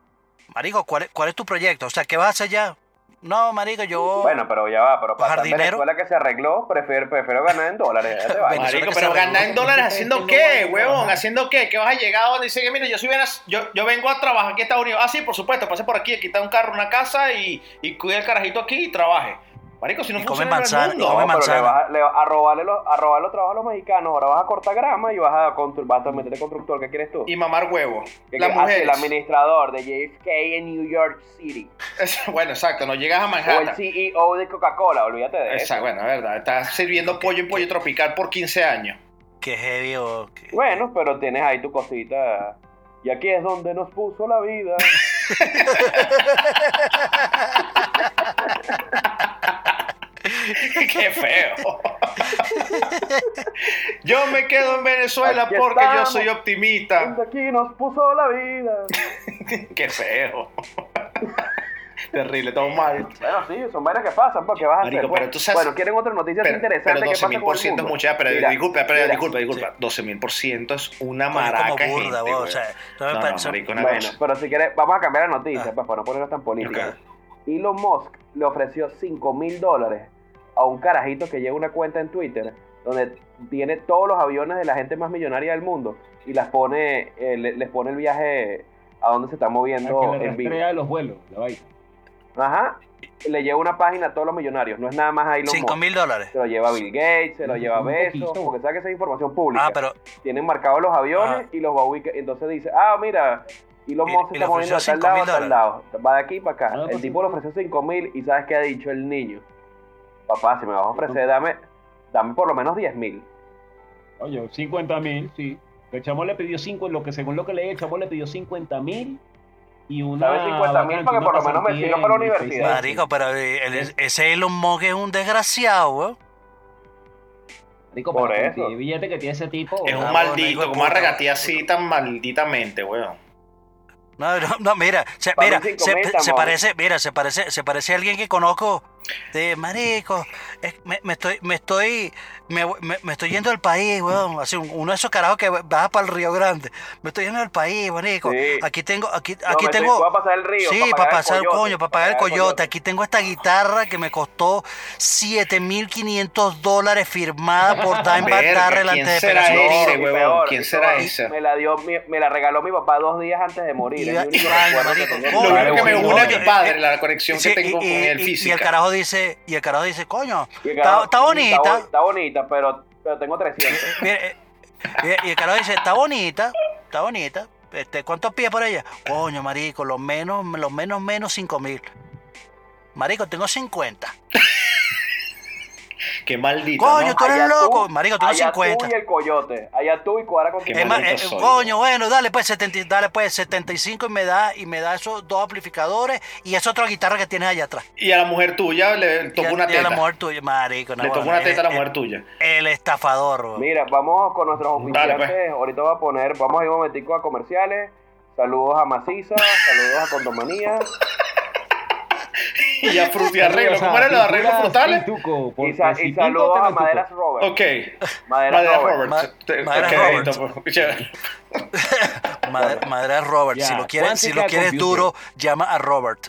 Speaker 4: Marico, ¿cuál, es- ¿cuál es tu proyecto? O sea, ¿qué vas a hacer ya? No, marico, yo...
Speaker 3: Bueno, pero ya va, pero para estar en
Speaker 4: Jardinero.
Speaker 3: Venezuela que se arregló, prefiero, prefiero ganar en dólares. ya te vale.
Speaker 4: Venezuela
Speaker 2: Marico,
Speaker 4: que
Speaker 2: pero
Speaker 4: se
Speaker 2: ganar
Speaker 4: arregló.
Speaker 2: en dólares haciendo
Speaker 5: No
Speaker 2: qué,
Speaker 5: vale,
Speaker 2: huevón,
Speaker 5: ajá.
Speaker 2: haciendo qué, que vas a llegar donde dice que mira, yo soy venas- yo, yo vengo a trabajar aquí a Estados Unidos. Ah, sí, por supuesto, pase por aquí, aquí está un carro, una casa y, y cuida el carajito aquí y trabaje. Marico, si no
Speaker 4: Y come
Speaker 2: funciona
Speaker 4: manzana,
Speaker 2: el mundo.
Speaker 4: y
Speaker 3: No,
Speaker 4: come
Speaker 3: pero le
Speaker 4: manzana.
Speaker 3: vas a, le vas a robarle los, a robar los trabajos a los mexicanos, ahora vas a cortar grama y vas a, constru- vas a meterte constructor, ¿qué quieres tú?
Speaker 2: y mamar huevo.
Speaker 3: ¿Qué
Speaker 2: Las
Speaker 3: quieres? Ah, sí,
Speaker 2: mujeres.
Speaker 3: el administrador de JFK en New York City.
Speaker 2: bueno, exacto, no llegas a
Speaker 3: O el
Speaker 2: Manhattan.
Speaker 3: CEO de Coca-Cola, olvídate de eso.
Speaker 2: Exacto, bueno, es verdad. Estás sirviendo pollo en pollo tropical por 15 años.
Speaker 4: Qué heavy o... qué-
Speaker 3: Bueno, pero tienes ahí tu cosita. Y aquí es donde nos puso la vida.
Speaker 2: Qué feo. yo me quedo en Venezuela
Speaker 3: Aquí
Speaker 2: porque
Speaker 3: estamos.
Speaker 2: yo soy optimista.
Speaker 3: Donde aquí nos puso la vida.
Speaker 2: Qué feo. Terrible, todo mal.
Speaker 3: Bueno, sí, son vainas que pasan, porque vas a
Speaker 2: Marico,
Speaker 3: hacer.
Speaker 2: pero
Speaker 3: Bueno,
Speaker 2: tú sabes-
Speaker 3: bueno, quieren otra noticia así
Speaker 2: Pero,
Speaker 3: interesante. que pasa
Speaker 2: 12.000
Speaker 3: con
Speaker 2: por
Speaker 3: el
Speaker 2: ciento es
Speaker 3: mundo?
Speaker 2: mucha, pero
Speaker 3: Mira,
Speaker 2: disculpa, pero
Speaker 3: mira,
Speaker 2: disculpa, disculpa. 12.000 por ciento es una
Speaker 4: Coño,
Speaker 2: maraca.
Speaker 4: como burda,
Speaker 2: gente,
Speaker 4: weón,
Speaker 2: weón.
Speaker 4: o sea,
Speaker 2: no,
Speaker 4: no me
Speaker 2: no,
Speaker 4: parece-
Speaker 2: marico, una
Speaker 3: Bueno,
Speaker 2: vez.
Speaker 3: pero si quieres, vamos a cambiar la noticia,
Speaker 4: Ah.
Speaker 3: pues, para no ponernos tan políticos. Elon Musk le ofreció 5 mil dólares a un carajito que lleva una cuenta en Twitter donde tiene todos los aviones de la gente más millonaria del mundo y las pone, eh, le- les pone el viaje a donde se está moviendo
Speaker 5: que le
Speaker 3: en vivo.
Speaker 5: rastrea los vuelos, la vaina.
Speaker 3: Ajá. Le lleva una página a todos los millonarios, no es nada más a Elon
Speaker 4: 5
Speaker 3: Musk.
Speaker 4: mil dólares.
Speaker 3: Se lo lleva Bill Gates, se lo
Speaker 5: Un
Speaker 3: lleva
Speaker 5: poquito.
Speaker 3: Bezos, porque sabe que esa es información pública.
Speaker 4: Ah, pero
Speaker 3: Tienen marcados los aviones
Speaker 4: Ah.
Speaker 3: y los va ubicando. Entonces dice, ah, mira, Elon
Speaker 4: Y-
Speaker 3: Musk
Speaker 4: y
Speaker 3: se
Speaker 4: le
Speaker 3: está moviendo a
Speaker 4: ofreció
Speaker 3: tal lado, a
Speaker 4: 5.000
Speaker 3: tal lado. Va de aquí para acá.
Speaker 5: Ah,
Speaker 3: el
Speaker 5: pues
Speaker 3: tipo le ofreció 5 mil y ¿sabes qué ha dicho el niño? Papá, si me vas a ofrecer, dame, dame por lo menos 10 mil.
Speaker 5: Oye, 50 mil, sí. El chamo le pidió 5, lo que según lo que leí, el chamo le pidió 50 mil y una.
Speaker 3: ¿Sabes? 50.000
Speaker 5: vacante,
Speaker 3: para que por lo
Speaker 5: una
Speaker 3: menos me
Speaker 5: pasantía
Speaker 3: sirva para la
Speaker 5: en
Speaker 3: universidad.
Speaker 5: Facebook.
Speaker 4: Marico, pero eh, el- ese Elon Musk es un desgraciado, weón.
Speaker 5: Marico,
Speaker 3: Por
Speaker 5: pero
Speaker 3: eso.
Speaker 5: con el billete que tiene ese tipo.
Speaker 2: Es
Speaker 5: ¿verdad?
Speaker 2: un
Speaker 4: Ah, hijo de
Speaker 2: maldito, como
Speaker 4: puta,
Speaker 2: regatía
Speaker 4: weón.
Speaker 2: así tan malditamente, weón.
Speaker 4: No, no, no, mira, se,
Speaker 3: Para
Speaker 4: mira,
Speaker 3: mí cinco
Speaker 4: se,
Speaker 3: mil,
Speaker 4: se
Speaker 3: estamos.
Speaker 4: parece, mira, se parece, se parece a alguien que conozco de marico, es- me, me estoy, me estoy, me, voy- me- me estoy yendo al país, weón, así un- uno de esos carajos que baja para el Río Grande, me estoy yendo al país, marico,
Speaker 3: Sí.
Speaker 4: aquí tengo, aquí,
Speaker 3: No,
Speaker 4: aquí
Speaker 3: me
Speaker 4: tengo,
Speaker 3: estoy- voy a pasar el río.
Speaker 4: sí,
Speaker 3: pagar
Speaker 4: para pasar el
Speaker 3: coyote,
Speaker 4: coño, para pagar el coyote. Aquí tengo esta guitarra que me costó 7.500 dólares firmada por Dime
Speaker 2: Verga,
Speaker 4: Darrell
Speaker 2: ¿quién
Speaker 4: antes de
Speaker 2: será
Speaker 4: Pegasus.
Speaker 2: ese,
Speaker 3: y
Speaker 2: huevón?
Speaker 3: peor,
Speaker 2: ¿Quién
Speaker 3: y
Speaker 2: será
Speaker 3: peor,
Speaker 2: ese?
Speaker 3: Me la, dio, mi- me la regaló mi papá dos días antes de morir.
Speaker 4: Y-
Speaker 3: es mi único
Speaker 4: y- ay,
Speaker 3: recuerdo que
Speaker 4: marico,
Speaker 3: tengo.
Speaker 2: Lo
Speaker 4: Coño,
Speaker 2: único que me
Speaker 4: coño,
Speaker 2: une a
Speaker 4: coño. Eh,
Speaker 2: mi padre, la conexión
Speaker 4: Sí,
Speaker 2: que tengo con él
Speaker 4: y el
Speaker 2: física.
Speaker 4: carajo dice, y el carajo dice, coño,
Speaker 3: Y el
Speaker 4: está,
Speaker 3: carajo,
Speaker 4: está
Speaker 3: sí,
Speaker 4: bonita.
Speaker 3: Está, bonita, pero, pero tengo 300.
Speaker 4: Mira, eh, mira, y el carajo dice, está bonita, está bonita. Este, ¿Cuántos pies por ella? Coño, marico, los menos, los menos, menos 5 mil. Marico, tengo 50.
Speaker 2: Qué maldito.
Speaker 4: Coño,
Speaker 2: ¿no?
Speaker 4: tú eres
Speaker 3: Allá
Speaker 4: loco. Marico, tengo
Speaker 3: allá
Speaker 4: 50.
Speaker 3: tú y el coyote. Allá tú y cuadra con
Speaker 2: Qué
Speaker 4: Es más,
Speaker 2: maldito
Speaker 4: eh,
Speaker 2: soy,
Speaker 4: coño, bueno, dale pues, 70, y- dale pues 75 y me da y me da esos dos amplificadores y esa otra guitarra que tienes allá atrás.
Speaker 2: Y a la mujer tuya le
Speaker 4: Y
Speaker 2: tocó
Speaker 4: a-
Speaker 2: una
Speaker 4: y a
Speaker 2: teta.
Speaker 4: la mujer eh, tuya, marico. no,
Speaker 2: Le tocó
Speaker 4: bueno,
Speaker 2: una
Speaker 4: el-
Speaker 2: teta a la
Speaker 4: el-
Speaker 2: mujer tuya.
Speaker 4: El estafador. weón.
Speaker 3: Mira, vamos con nuestros oficiales.
Speaker 2: pues.
Speaker 3: Ahorita voy a poner, vamos a ir un momentico a comerciales. Saludos a Maciza, saludos a Condomanía.
Speaker 2: Y a frut y arreglo. ¿Cómo eran los
Speaker 5: Pinturas
Speaker 2: arreglos frutales?
Speaker 5: Pintuco, por
Speaker 3: Y, sa- y
Speaker 5: Pintuco,
Speaker 3: saludos a
Speaker 5: Pintuco.
Speaker 3: Maderas Robert.
Speaker 2: Ok.
Speaker 3: Madera,
Speaker 2: Madera
Speaker 3: Robert.
Speaker 2: Roberts.
Speaker 4: Ma-
Speaker 2: Te-
Speaker 4: Madera
Speaker 2: ok,
Speaker 4: Roberts.
Speaker 2: topo. Chévere.
Speaker 4: Madre, madre a Robert,
Speaker 5: Ya,
Speaker 4: si lo quieres, si lo
Speaker 5: cuántica
Speaker 4: quieres
Speaker 5: computer.
Speaker 4: duro, llama a Robert.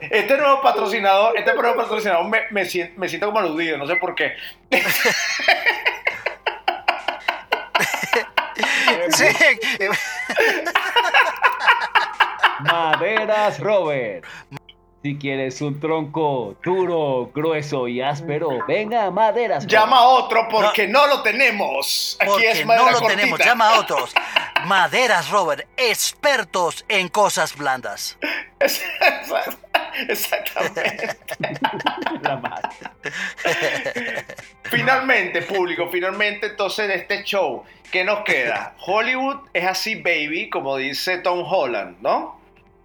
Speaker 2: Este nuevo patrocinador, este nuevo patrocinador me, me, sien- me siento como aludido, no sé por qué.
Speaker 4: Sí.
Speaker 5: Maderas Robert. Si quieres un tronco duro, grueso y áspero, venga a Maderas.
Speaker 2: Llama a otro porque no, lo tenemos. Aquí
Speaker 4: Porque
Speaker 2: es
Speaker 4: no
Speaker 2: madera
Speaker 4: lo
Speaker 2: cortita.
Speaker 4: tenemos, llama a otros. Maderas Robert, expertos en cosas blandas.
Speaker 2: Exactamente.
Speaker 5: Robert. La madre.
Speaker 2: Finalmente, público, finalmente entonces de este show, ¿qué nos queda? Hollywood es así, baby, como dice Tom Holland, ¿no?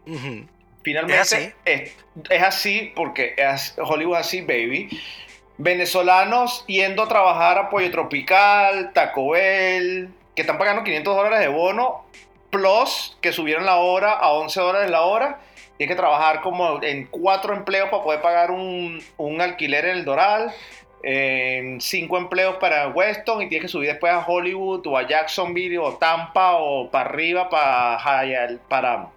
Speaker 4: Ujú.
Speaker 2: Finalmente
Speaker 4: Es así.
Speaker 2: Es, es así porque es Hollywood así, baby. Venezolanos yendo a trabajar a Pollo Tropical, Taco Bell, que están pagando 500 dólares de bono, plus que subieron la hora a 11 dólares la hora. Tienes que trabajar como en cuatro empleos para poder pagar un, un alquiler en el Doral, en cinco empleos para Weston y tienes que subir después a Hollywood o a Jacksonville o Tampa o para arriba para, Hial- para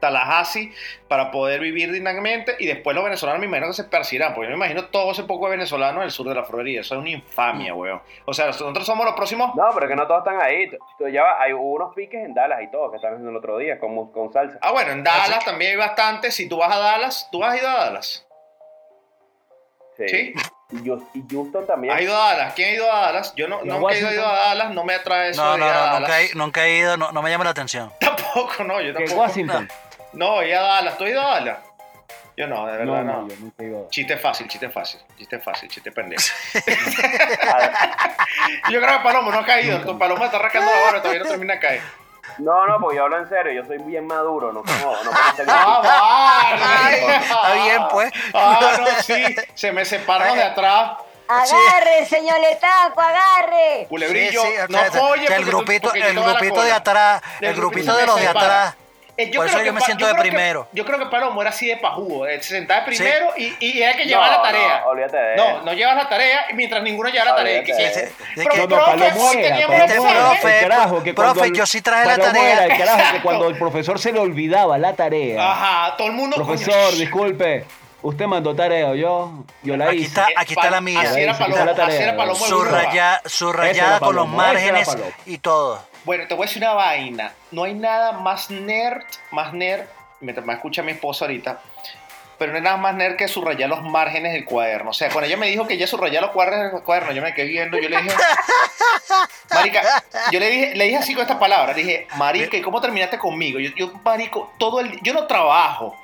Speaker 2: Tallahassee para poder vivir dignamente y después los venezolanos me imagino que se persirán, porque yo me imagino todo ese poco de venezolanos en el sur de la Florida, eso es una
Speaker 4: Mm.
Speaker 2: infamia, weón. O sea, nosotros somos los próximos...
Speaker 3: No, pero que no todos están ahí. Tú- tú ya va- hay hubo unos piques en Dallas y todo que están haciendo el otro día con, mus- con salsa.
Speaker 2: Ah, bueno, en Dallas también hay bastante, si tú vas a Dallas, tú has ido a Dallas. Sí.
Speaker 3: Y, Hous- y Houston también.
Speaker 2: ¿Has ido a Dallas? ¿Quién ha ido a Dallas? Yo no,
Speaker 5: ¿Y a
Speaker 2: nunca he ido-
Speaker 5: Washington?
Speaker 2: ido a Dallas, no me atrae eso
Speaker 4: No,
Speaker 2: de ir
Speaker 4: no,
Speaker 2: a
Speaker 4: no,
Speaker 2: Dallas.
Speaker 4: nunca he, nunca he ido, no, no me llama la atención.
Speaker 2: Tampoco, no, yo
Speaker 5: Que
Speaker 2: tampoco.
Speaker 5: Washington.
Speaker 2: No, he ido a Dallas, ¿tú has ido a Dallas? Yo no, de verdad
Speaker 5: No,
Speaker 2: no.
Speaker 5: no, yo nunca he ido.
Speaker 2: Chiste fácil, chiste fácil, chiste fácil, chiste pendejo.
Speaker 3: A-
Speaker 2: Yo creo que Palomo no ha caído, entonces Palomo está arrancando ahora, todavía no termina de caer.
Speaker 3: No, no, porque yo hablo en serio. Yo soy bien maduro. No, como- no, como tengo-
Speaker 2: Ah, vale.
Speaker 4: Está bien, pues.
Speaker 2: Ah, no, sí. Se me separó de atrás.
Speaker 6: Agarre, señor Letaco, agarre.
Speaker 2: Culebrillo.
Speaker 4: Sí, sí, o
Speaker 2: no
Speaker 4: sea,
Speaker 2: apoye
Speaker 4: o sea, el
Speaker 2: porque tú-
Speaker 4: grupito,
Speaker 2: porque yo
Speaker 4: el
Speaker 2: te voy a la
Speaker 4: grupito de
Speaker 2: cola.
Speaker 4: atrás,
Speaker 2: El
Speaker 4: el
Speaker 2: grupito
Speaker 4: grupito de
Speaker 2: me
Speaker 4: los de
Speaker 2: separa.
Speaker 4: atrás,
Speaker 2: Eh,
Speaker 4: Por eso
Speaker 2: creo
Speaker 4: yo me
Speaker 2: Pa-
Speaker 4: siento de
Speaker 2: creo que-
Speaker 4: primero.
Speaker 2: yo creo que Palomo era así de pajugo. eh, Se sentaba primero y, y era que llevaba la tarea.
Speaker 3: No, olvídate de
Speaker 2: No,
Speaker 3: eso.
Speaker 2: no llevas la tarea y mientras ninguno lleva la tarea.
Speaker 3: Olvídate
Speaker 2: ¿qué-
Speaker 3: de
Speaker 2: qué-
Speaker 3: eso.
Speaker 4: De
Speaker 2: Pro-
Speaker 4: que-
Speaker 5: No, no,
Speaker 2: profe,
Speaker 5: Palomo
Speaker 2: si
Speaker 5: era,
Speaker 2: teníamos
Speaker 5: Palomo
Speaker 2: un
Speaker 5: era,
Speaker 4: profe,
Speaker 5: el carajo, que
Speaker 4: profe,
Speaker 5: cuando-
Speaker 4: yo sí traje la
Speaker 5: Palomo
Speaker 4: tarea.
Speaker 5: era el carajo, que cuando el profesor se le olvidaba la tarea.
Speaker 2: Ajá, todo el mundo. Ah, coño,
Speaker 5: Profesor,
Speaker 2: shh,
Speaker 5: disculpe, usted mandó tarea, yo, yo la
Speaker 4: Aquí
Speaker 5: hice.
Speaker 4: está, aquí está
Speaker 2: Pal-
Speaker 4: la mía.
Speaker 2: eh, Así era
Speaker 5: Aquí está
Speaker 2: Palomo,
Speaker 5: la tarea.
Speaker 2: así era Palomo. alguno.
Speaker 4: Subraya-
Speaker 5: Esa
Speaker 4: subrayada
Speaker 5: era
Speaker 4: con los
Speaker 5: Palomo, esa era
Speaker 4: márgenes
Speaker 5: Palomo.
Speaker 4: y todo.
Speaker 2: Bueno, te voy a decir una vaina. No hay nada más nerd, más nerd, mientras me escucha mi esposa ahorita, pero no hay nada más nerd que subrayar los márgenes del cuaderno. O sea, cuando ella me dijo que ya subrayaba los cuadernos del cuaderno, yo me quedé viendo, yo le dije, Marica, yo le dije, le dije así con esta palabra, le dije, Marica, ¿y cómo terminaste conmigo? Yo, yo Marico, todo el yo no trabajo.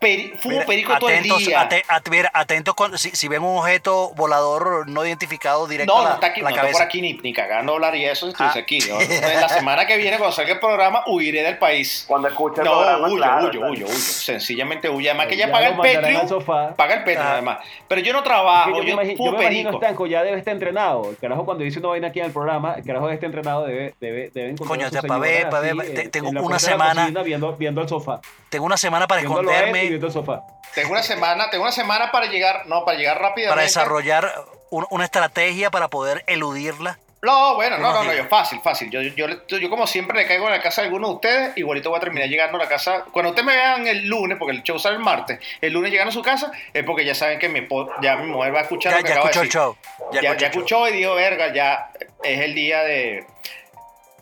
Speaker 2: Peri- fumo
Speaker 4: Mira,
Speaker 2: perico todo el día.
Speaker 4: ate- at- mira, atentos con- si, si ven un objeto volador no identificado directo
Speaker 2: No,
Speaker 4: a la,
Speaker 2: no está aquí, no
Speaker 4: la
Speaker 2: está por
Speaker 4: cabeza.
Speaker 2: aquí ni, ni cagando hablaría de eso, estoy
Speaker 4: Ah.
Speaker 2: aquí. ¿no? Entonces, la semana que viene, cuando salga el programa, huiré del país.
Speaker 3: Cuando escucha el
Speaker 2: No,
Speaker 3: programa,
Speaker 2: huyo,
Speaker 3: claro,
Speaker 2: huyo,
Speaker 3: claro.
Speaker 2: huyo, huyo. Sencillamente huye. Además que
Speaker 5: Pues Ya
Speaker 2: ya paga
Speaker 5: lo
Speaker 2: el
Speaker 5: mandarán al
Speaker 2: Patreon.
Speaker 5: sofá.
Speaker 2: Paga el Patreon,
Speaker 4: Ajá.
Speaker 2: además. Pero yo no
Speaker 5: Que
Speaker 2: trabajo,
Speaker 5: yo, me
Speaker 2: yo,
Speaker 5: imagino, yo
Speaker 2: fumo
Speaker 5: me imagino
Speaker 2: perico.
Speaker 5: Stanco ya debe estar entrenado. El carajo cuando dice una vaina aquí en el programa, el carajo este entrenado debe, debe, debe encontrar
Speaker 4: Coño,
Speaker 5: a su
Speaker 4: ya pa'
Speaker 5: señora
Speaker 4: ver, pa'
Speaker 5: así,
Speaker 4: ver, te-
Speaker 5: eh,
Speaker 4: tengo
Speaker 5: en la
Speaker 4: una
Speaker 5: puerta de la
Speaker 4: semana.
Speaker 5: cocina viendo, viendo el sofá.
Speaker 4: Tengo una semana para
Speaker 5: Viéndolo a él y
Speaker 4: esconderme,
Speaker 5: viendo el sofá.
Speaker 2: Tengo una semana, tengo una semana para llegar, no, para llegar rápidamente.
Speaker 4: para desarrollar un- una estrategia para poder eludirla.
Speaker 2: No, bueno, no, no, no,
Speaker 4: Imagínate.
Speaker 2: yo fácil, fácil. Yo, yo, yo, yo como siempre le caigo en la casa de alguno de ustedes, igualito voy a terminar llegando a la casa. Cuando ustedes me vean el lunes, porque el show sale el martes, el lunes llegan a su casa, es porque ya saben que mi, po- ya mi mujer va a escuchar
Speaker 4: Ya,
Speaker 2: lo que
Speaker 4: ya
Speaker 2: acabo de
Speaker 4: escuchó el
Speaker 2: decir.
Speaker 4: show.
Speaker 2: Ya, ya escuchó y dijo, verga, ya es el día de...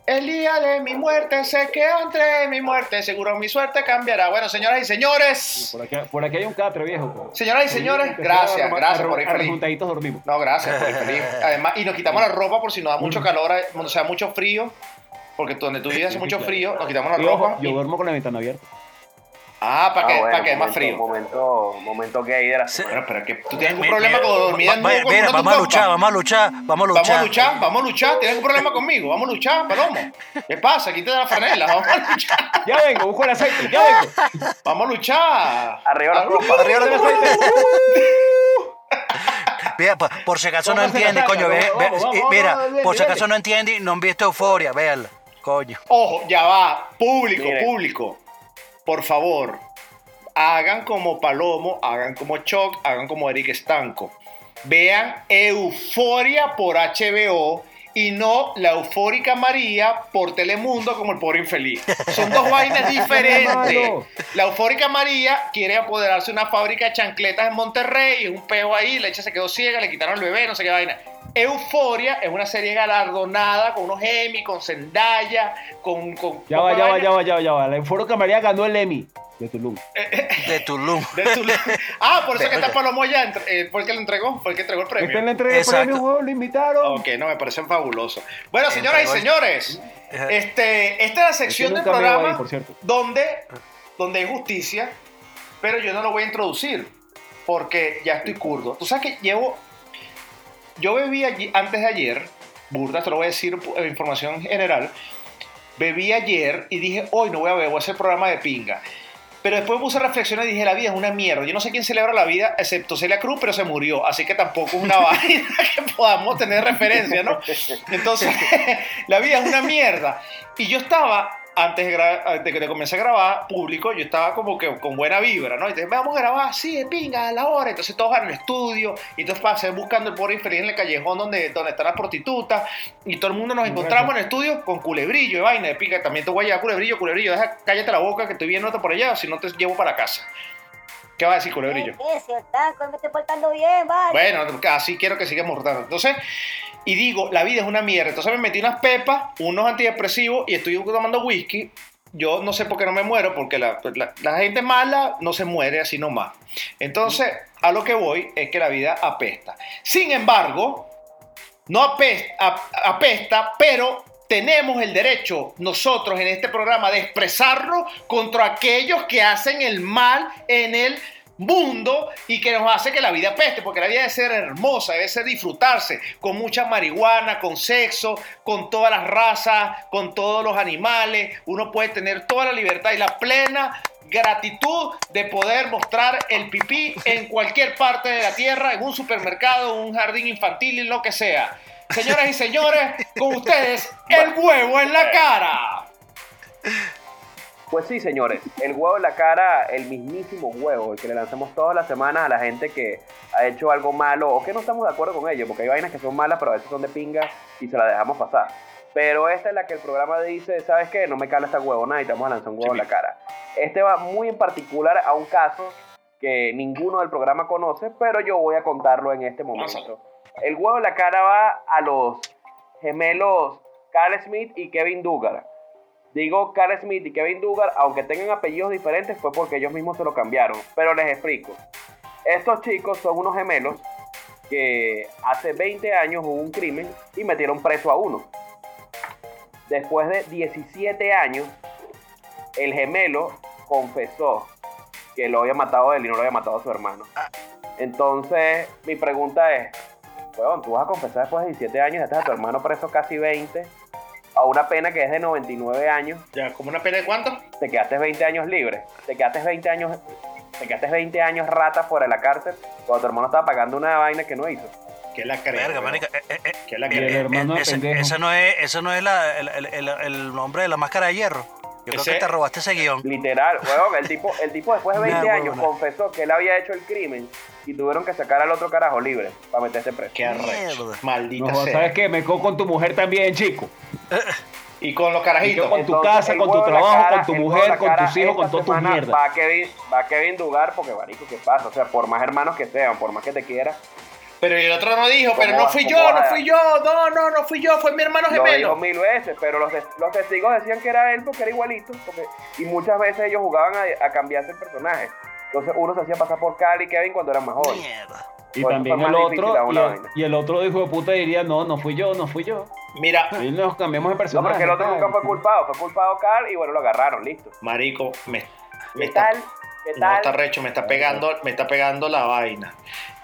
Speaker 2: El día de mi muerte, sé que entre mi muerte, seguro mi suerte cambiará. Bueno, señoras y señores,
Speaker 5: Por aquí, por aquí hay un catre viejo.
Speaker 2: señoras y señores, gracias, gracias por ir feliz.
Speaker 5: Juntaditos dormimos.
Speaker 2: No, gracias por ir feliz. Además, y nos quitamos la ropa por si nos da mucho calor, eh, o sea, mucho frío, porque donde tú vives hace
Speaker 5: Sí,
Speaker 2: mucho
Speaker 5: claro.
Speaker 2: frío, nos quitamos la
Speaker 5: Y ojo,
Speaker 2: ropa.
Speaker 5: yo
Speaker 2: y-
Speaker 5: duermo con la ventana abierta.
Speaker 2: Ah, para que,
Speaker 3: Ah, bueno,
Speaker 2: para que es más
Speaker 3: momento-
Speaker 2: frío.
Speaker 3: Momento, momento gay de la
Speaker 4: Sí.
Speaker 3: semana.
Speaker 2: Bueno, pero que tú tienes algún problema con dormir en
Speaker 4: Va-
Speaker 2: nu- con
Speaker 4: mira,
Speaker 2: una
Speaker 4: vamos
Speaker 2: tumba?
Speaker 4: a luchar, vamos a luchar, vamos a luchar.
Speaker 2: Vamos a luchar, vamos a luchar. ¿Tienes algún problema conmigo? Vamos a luchar, palomo. ¿Qué pasa? Quítate la franela, vamos a luchar.
Speaker 5: Ya vengo, busco el aceite, ya vengo.
Speaker 2: Vamos a luchar.
Speaker 3: Arriba la copa.
Speaker 5: Arriba del aceite.
Speaker 4: Mira, por, por si acaso no
Speaker 5: Vamos a hacer
Speaker 4: entiende,
Speaker 5: la
Speaker 4: coño.
Speaker 5: saca,
Speaker 4: ve-
Speaker 5: vamos,
Speaker 4: ve-
Speaker 5: vamos, vamos,
Speaker 4: eh,
Speaker 5: vamos,
Speaker 4: mira,
Speaker 5: dale,
Speaker 4: por si
Speaker 5: dale.
Speaker 4: acaso no entiende y no han visto Euforia, véanla. Coño.
Speaker 2: Ojo, ya va. Público,
Speaker 3: Miren.
Speaker 2: público. Por favor, hagan como Palomo, hagan como Chuck, hagan como Eric Estanco. Vean Euforia por HBO y no la eufórica María por Telemundo como el pobre infeliz. Son dos vainas diferentes.
Speaker 5: Malo.
Speaker 2: La eufórica María quiere apoderarse de una fábrica de chancletas en Monterrey, es un peo ahí, la hecha se quedó ciega, le quitaron el bebé, no sé qué vaina. Euforia es una serie galardonada con unos Emmy, con Zendaya, con... con
Speaker 5: Ya va, ya va,
Speaker 2: vaina.
Speaker 5: ya va, ya va, ya va. La Foro Camaría ganó el Emmy de Tulum.
Speaker 4: De Tulum.
Speaker 2: De tu- Ah, por eso que está Palomo ya, entre- eh, fue el que le entregó, fue el que entregó el
Speaker 5: Está en la
Speaker 2: premio.
Speaker 5: entrega de
Speaker 4: Exacto.
Speaker 5: premios, huevón, lo invitaron.
Speaker 2: Ok, no, me parecen fabulosos. Bueno, señoras y
Speaker 4: Entregó el-
Speaker 2: señores, este, esta es la sección
Speaker 5: Tiene
Speaker 2: del
Speaker 5: un cameo
Speaker 2: programa
Speaker 5: ahí, por cierto.
Speaker 2: donde, donde hay justicia, pero yo no lo voy a introducir porque ya estoy curdo. Tú sabes que llevo. Yo bebí allí, antes de ayer, burda, te lo voy a decir eh, información general. Bebí ayer y dije, hoy no voy a beber, voy a hacer programa de pinga. Pero después me puse a reflexionar y dije, la vida es una mierda. Yo no sé quién celebra la vida, excepto Celia Cruz, pero se murió. Así que tampoco es una vaina que podamos tener referencia, ¿no? Entonces, la vida es una mierda. Y yo estaba, antes de, gra- de que te comencé a grabar público, yo estaba como que con buena vibra, ¿no? Y te vamos a grabar así, de pinga, a la hora. Entonces todos van al estudio, y entonces pasé buscando el pobre infeliz en el callejón donde, donde están las prostitutas, y todo el mundo nos encontramos en el estudio con culebrillo y vaina de pinga. También te voy a llevar culebrillo, culebrillo, deja, cállate la boca que estoy viéndote por allá, si no te llevo para casa. ¿Qué va a decir culebrillo?
Speaker 6: Eso, Tanco, pues, me estoy portando bien, vale.
Speaker 2: Bueno, así quiero que sigas mortando. Entonces, y digo, la vida es una mierda. Entonces me metí unas pepas, unos antidepresivos y estoy tomando whisky. Yo no sé por qué no me muero, porque la, pues, la- la gente mala no se muere así nomás. Entonces, a lo que voy es que la vida apesta. Sin embargo, no apesta, apesta, pero tenemos el derecho nosotros en este programa de expresarlo contra aquellos que hacen el mal en el mundo y que nos hace que la vida apeste, porque la vida debe ser hermosa, debe ser disfrutarse, con mucha marihuana, con sexo, con todas las razas, con todos los animales, uno puede tener toda la libertad y la plena gratitud de poder mostrar el pipí en cualquier parte de la tierra, en un supermercado, un jardín infantil, en lo que sea. Señoras y señores, con ustedes, el huevo en la cara.
Speaker 3: Pues sí, señores, el huevo en la cara, el mismísimo huevo, el que le lanzamos todas las semanas a la gente que ha hecho algo malo o que no estamos de acuerdo con ello, porque hay vainas que son malas, pero a veces son de pinga y se las dejamos pasar. Pero esta es la que el programa dice, ¿sabes qué? No me cala esta huevona y te vamos a lanzar un huevo en la cara. Este va muy en particular a un caso que ninguno del programa conoce, pero yo voy a contarlo en este momento. El huevo en la cara va a los gemelos Carl Smith y Kevin Dugar. Digo Carl Smith y Kevin Dugar, aunque tengan apellidos diferentes, fue porque ellos mismos se lo cambiaron. Pero les explico. Estos chicos son unos gemelos que hace 20 años hubo un crimen y metieron preso a uno. Después de 17 años, el gemelo confesó que lo había matado él y no lo había matado su hermano. Entonces, mi pregunta es, huevón, tú vas a confesar después de 17 años, ya estás a tu hermano preso casi 20, a una pena que es de 99 años,
Speaker 2: Ya, ¿como una pena de cuánto?
Speaker 3: te quedaste 20 años libre, te quedaste 20 años, te quedaste 20 años rata fuera de la cárcel, cuando tu hermano estaba pagando una vaina que no hizo.
Speaker 2: Que la creo.
Speaker 4: Verga,
Speaker 2: weón.
Speaker 4: marica, eh, eh, eh,
Speaker 2: Que la
Speaker 5: Y el
Speaker 2: creo.
Speaker 5: hermano de
Speaker 4: ese,
Speaker 5: pendejo.
Speaker 4: ese no es, ese no es la- el, el- el- el nombre de la máscara de hierro. Yo creo
Speaker 2: Ese-
Speaker 4: que te robaste ese guión.
Speaker 3: Literal, huevón, el tipo, el tipo después de 20
Speaker 4: Nah,
Speaker 3: años
Speaker 4: huevona.
Speaker 3: confesó que él había hecho el crimen y tuvieron que sacar al otro carajo libre para meterse preso.
Speaker 2: Qué arrecho.
Speaker 4: Mierda.
Speaker 2: Maldita
Speaker 5: No, ¿Sabes
Speaker 2: sea.
Speaker 5: qué? Me co con tu mujer también, chico.
Speaker 2: Y con los carajitos.
Speaker 5: Y yo con- tu
Speaker 3: Entonces,
Speaker 5: casa,
Speaker 3: el
Speaker 5: con tu
Speaker 3: huevo en la
Speaker 5: trabajo,
Speaker 3: cara,
Speaker 5: con tu
Speaker 3: el huevo
Speaker 5: mujer,
Speaker 3: en la
Speaker 5: con tus
Speaker 3: cara,
Speaker 5: hijos, con
Speaker 3: esta
Speaker 5: toda tu
Speaker 3: semana
Speaker 5: mierda.
Speaker 3: Va a, Kevin, va a Kevin Dugar porque, marico, ¿qué pasa? O sea, por más hermanos que sean, por más que te quieras,
Speaker 2: Pero el otro no dijo, pero
Speaker 3: ¿Cómo
Speaker 2: no
Speaker 3: va-
Speaker 2: fui
Speaker 3: cómo
Speaker 2: yo,
Speaker 3: va?
Speaker 2: no fui yo, no, no, no fui yo, fue mi hermano
Speaker 3: lo dijo
Speaker 2: gemelo.
Speaker 3: mil veces, pero los, tes- los testigos decían que era él porque era igualito. porque- y muchas veces ellos jugaban a, a cambiarse el personaje. Entonces uno se hacía pasar por Cal y Kevin cuando eran más jóvenes.
Speaker 4: Mierda.
Speaker 5: Y
Speaker 3: Bueno,
Speaker 5: también
Speaker 3: fue
Speaker 5: el
Speaker 3: más difícil
Speaker 5: otro,
Speaker 3: aún
Speaker 5: y
Speaker 3: la
Speaker 5: el,
Speaker 3: vaina.
Speaker 5: y el otro hijo de puta diría, no, no fui yo, no fui yo.
Speaker 2: Mira,
Speaker 5: Y nos cambiamos de
Speaker 3: No,
Speaker 5: personaje.
Speaker 3: porque el otro
Speaker 5: tal.
Speaker 3: nunca fue culpado, fue culpado Cal y bueno, lo agarraron, listo.
Speaker 2: marico, me, me
Speaker 3: ¿Qué
Speaker 2: está,
Speaker 3: tal? ¿Qué
Speaker 2: no,
Speaker 3: tal?
Speaker 2: está recho, me está pegando, me está pegando la vaina.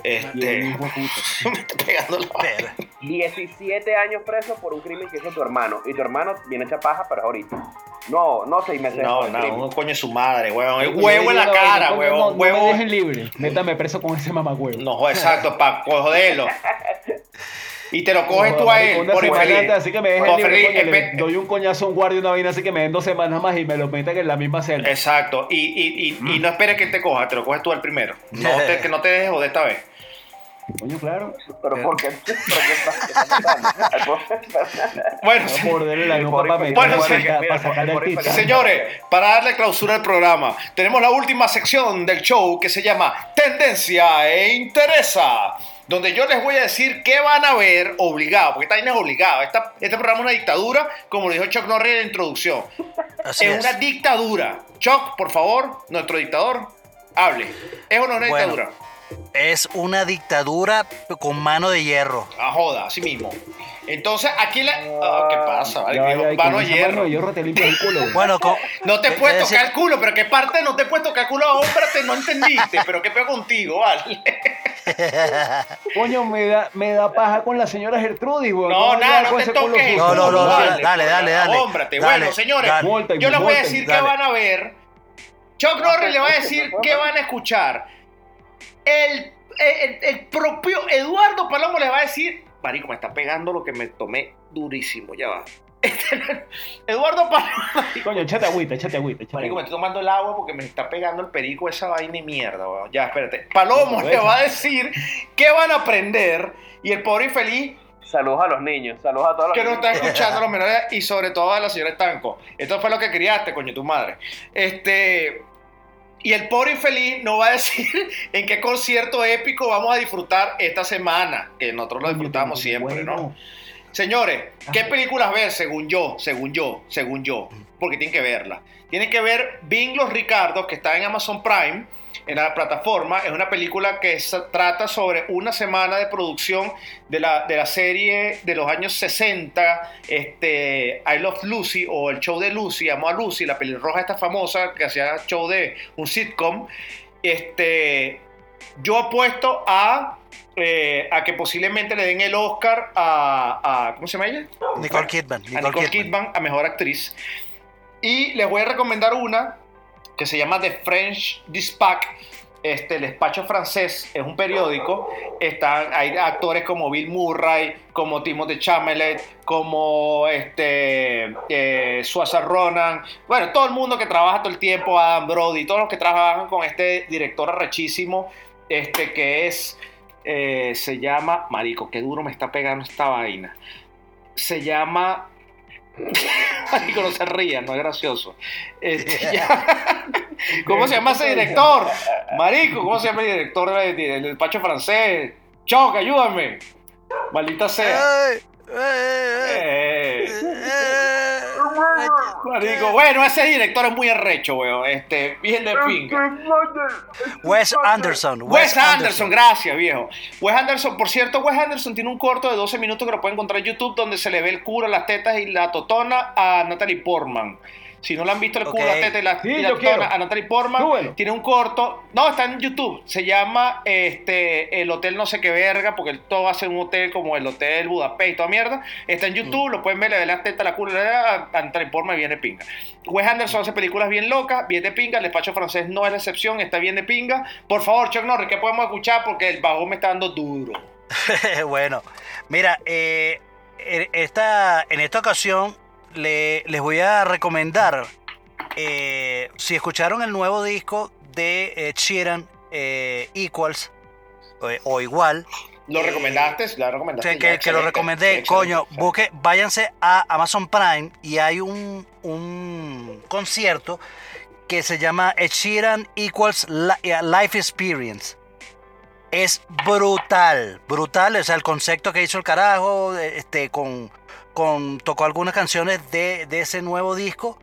Speaker 5: Y el
Speaker 2: Este,
Speaker 5: hijo de puta.
Speaker 2: me está pegando la vaina.
Speaker 4: Verga.
Speaker 3: 17 años preso por un crimen que hizo tu hermano. Y tu hermano viene hecha paja, pero es ahorita. No, no seis meses.
Speaker 2: No,
Speaker 3: por el
Speaker 2: no,
Speaker 3: crimen.
Speaker 2: uno coño es su madre, huevón. El
Speaker 5: Yo le
Speaker 2: huevo en
Speaker 5: diría
Speaker 2: la
Speaker 5: vaina,
Speaker 2: cara,
Speaker 5: coño,
Speaker 2: huevón.
Speaker 5: No, no me
Speaker 2: Huevo.
Speaker 5: dejen libre. Métame preso con ese mamagüevo.
Speaker 2: No, exacto, pa' joderlo. Y te lo coges
Speaker 5: No,
Speaker 2: tú a
Speaker 5: marico,
Speaker 2: él,
Speaker 5: una
Speaker 2: por
Speaker 5: semana
Speaker 2: infeliz.
Speaker 5: antes, Así que me dejen
Speaker 2: Por
Speaker 5: libre,
Speaker 2: infeliz,
Speaker 5: coño,
Speaker 2: en
Speaker 5: le
Speaker 2: vez-
Speaker 5: doy un coñazo a un guardia una vaina así que me den dos semanas más y me lo meten en la misma celda.
Speaker 2: Eh. Exacto, y, y, y, y no esperes que él te coja, te lo coges tú al primero. No te, que no te dejes joder esta vez.
Speaker 5: Coño, claro.
Speaker 3: Pero ¿por qué? ¿Pero qué pasa? ¿Qué está pasando? Al pobre-
Speaker 2: Bueno,
Speaker 5: Voy a morderle la nuca para meter-
Speaker 2: Bueno,
Speaker 5: para
Speaker 2: sí.
Speaker 5: sacar-
Speaker 3: Mira,
Speaker 5: para sacarle
Speaker 3: por-
Speaker 5: el
Speaker 3: por-
Speaker 5: pito.
Speaker 2: Señores, para darle clausura al programa, tenemos la última sección del show que se llama Tendencia e Interesa, donde yo les voy a decir qué van a ver obligado, porque esta vaina es obligada. Esta- este programa es una dictadura, como lo dijo Chuck Norris en la introducción.
Speaker 4: Así
Speaker 2: es,
Speaker 4: es.
Speaker 2: una dictadura. Chuck, por favor, nuestro dictador, hable. ¿Es o no es una
Speaker 4: Bueno.
Speaker 2: dictadura?
Speaker 4: Es una dictadura con mano de hierro.
Speaker 2: Ah, joda, así mismo. Entonces, aquí la. Ah, ¿Qué pasa? Vale,
Speaker 5: Ya,
Speaker 2: dijo,
Speaker 5: ya, y
Speaker 2: "Vano
Speaker 5: con
Speaker 2: de
Speaker 5: esa
Speaker 2: hierro".
Speaker 5: mano de hierro te limpias el culo. güey.
Speaker 4: Bueno, con-
Speaker 2: No te
Speaker 4: Te-
Speaker 2: puedes
Speaker 4: te decía-
Speaker 2: tocar el culo, pero qué parte no te puedes tocar el culo, ómprate, no entendiste, pero qué peo contigo, vale.
Speaker 5: Coño, me da, me da paja con la señora Gertrudis, güey.
Speaker 2: No,
Speaker 5: ¿Cómo
Speaker 2: nada,
Speaker 5: hablar
Speaker 2: no
Speaker 5: con
Speaker 2: te
Speaker 5: ese culo
Speaker 2: toques.
Speaker 4: No,
Speaker 5: sucio?
Speaker 4: no, no,
Speaker 2: Vale,
Speaker 4: dale, dale, dale, dale.
Speaker 2: Ómbrate,
Speaker 4: Dale,
Speaker 2: bueno, señores,
Speaker 4: dale.
Speaker 5: Vóltenme,
Speaker 2: yo les voy a
Speaker 5: vóltenme,
Speaker 2: decir qué
Speaker 4: dale.
Speaker 2: van a ver. Chuck Norris le va a decir qué van a escuchar. El, el- el propio Eduardo Palomo les va a decir, marico, me está pegando lo que me tomé durísimo, ya va. Eduardo Palomo...
Speaker 5: Coño, échate agüita, échate agüita. échate
Speaker 2: Marico, me estoy
Speaker 5: agüita.
Speaker 2: tomando el agua porque me está pegando el perico esa vaina y mierda, weón. Ya, espérate. Palomo
Speaker 5: No,
Speaker 2: le
Speaker 5: eso.
Speaker 2: va a decir qué van a aprender y el pobre infeliz
Speaker 3: Saludos a los niños, saludos a todos los
Speaker 2: que no
Speaker 3: niños.
Speaker 2: está escuchando a los menores y sobre todo a la señora Estanco. Esto fue lo que criaste, coño, tu madre. Este. Y el pobre infeliz nos va a decir en qué concierto épico vamos a disfrutar esta semana, que nosotros lo
Speaker 5: Coño,
Speaker 2: disfrutamos
Speaker 5: coño,
Speaker 2: siempre,
Speaker 5: bueno.
Speaker 2: ¿no? Señores, ¿qué películas ver según yo? Según yo, según yo. Porque tienen que verla. Tienen que ver Bing los Ricardos, que está en Amazon Prime, en la plataforma. Es una película que se trata sobre una semana de producción de la, de la serie de los años 60, este, I Love Lucy, o el show de Lucy, Amo a Lucy, la pelirroja esta famosa que hacía show de un sitcom. Este, yo apuesto a, eh, a que posiblemente le den el Oscar a, a- ¿cómo se llama ella?
Speaker 4: Nicole Kidman.
Speaker 2: a Nicole Kidman. a Mejor Actriz. Y les voy a recomendar una que se llama The French Dispatch, Este, el despacho francés es un periódico. Están, hay actores como Bill Murray, como Timothy Chamelet, como este, eh, Saoirse Ronan. Bueno, todo el mundo que trabaja todo el tiempo, Adam Brody, todos los que trabajan con este director arrechísimo, este, que es, eh, se llama, marico, qué duro me está pegando esta vaina. Se llama... Marico, no se ría, no es gracioso. Este, ya- ¿Cómo se llama ese director? Marico, ¿cómo se llama el director de- de- del despacho francés? Choc, ayúdame. Maldita sea.
Speaker 4: Ay, ay, ay,
Speaker 2: Eh,
Speaker 4: ay, ay.
Speaker 2: marico, bueno, ese director es muy arrecho, weón. Este, bien de pinga.
Speaker 4: Wes Anderson.
Speaker 2: Wes Anderson, gracias, viejo. Wes Anderson, por cierto, Wes Anderson tiene un corto de 12 minutos que lo pueden encontrar en YouTube donde se le ve el culo, las tetas y la totona a Natalie Portman. Si no la han visto el culo,
Speaker 4: Ok.
Speaker 2: la teta y la,
Speaker 5: Sí,
Speaker 2: y la
Speaker 5: yo
Speaker 2: totona
Speaker 5: quiero.
Speaker 2: a Natalie Portman,
Speaker 5: Súbelo.
Speaker 2: tiene un corto. No, está en YouTube. Se llama este El Hotel No sé qué verga, porque él todo hace un hotel como el Hotel Budapest y toda mierda. Está en YouTube, lo pueden ver, le ve la teta, la culo, la- la- la- Natalie Portman y viene pinga. Wes Anderson hace películas bien locas, bien de pinga. El despacho francés no es la excepción, está bien de pinga. Por favor, Chuck Norris, ¿qué podemos escuchar? Porque el vagón me está dando duro.
Speaker 4: bueno, mira, eh, en, esta, en esta ocasión le- les voy a recomendar, eh, si escucharon el nuevo disco de eh, Sheeran, eh, Equals, eh, o Igual,
Speaker 2: ¿Lo
Speaker 4: Eh,
Speaker 2: recomendaste? ¿Lo
Speaker 4: o
Speaker 2: recomendaste?
Speaker 4: sea, que, que lo
Speaker 2: Excelente,
Speaker 4: recomendé,
Speaker 2: excelente.
Speaker 4: coño, busque, váyanse a Amazon Prime y hay un, un concierto que se llama Ed Sheeran Equals Li- eh, Life Experience. Es brutal, brutal, o sea, el concepto que hizo el carajo, eh, este, con, con, tocó algunas canciones de, de ese nuevo disco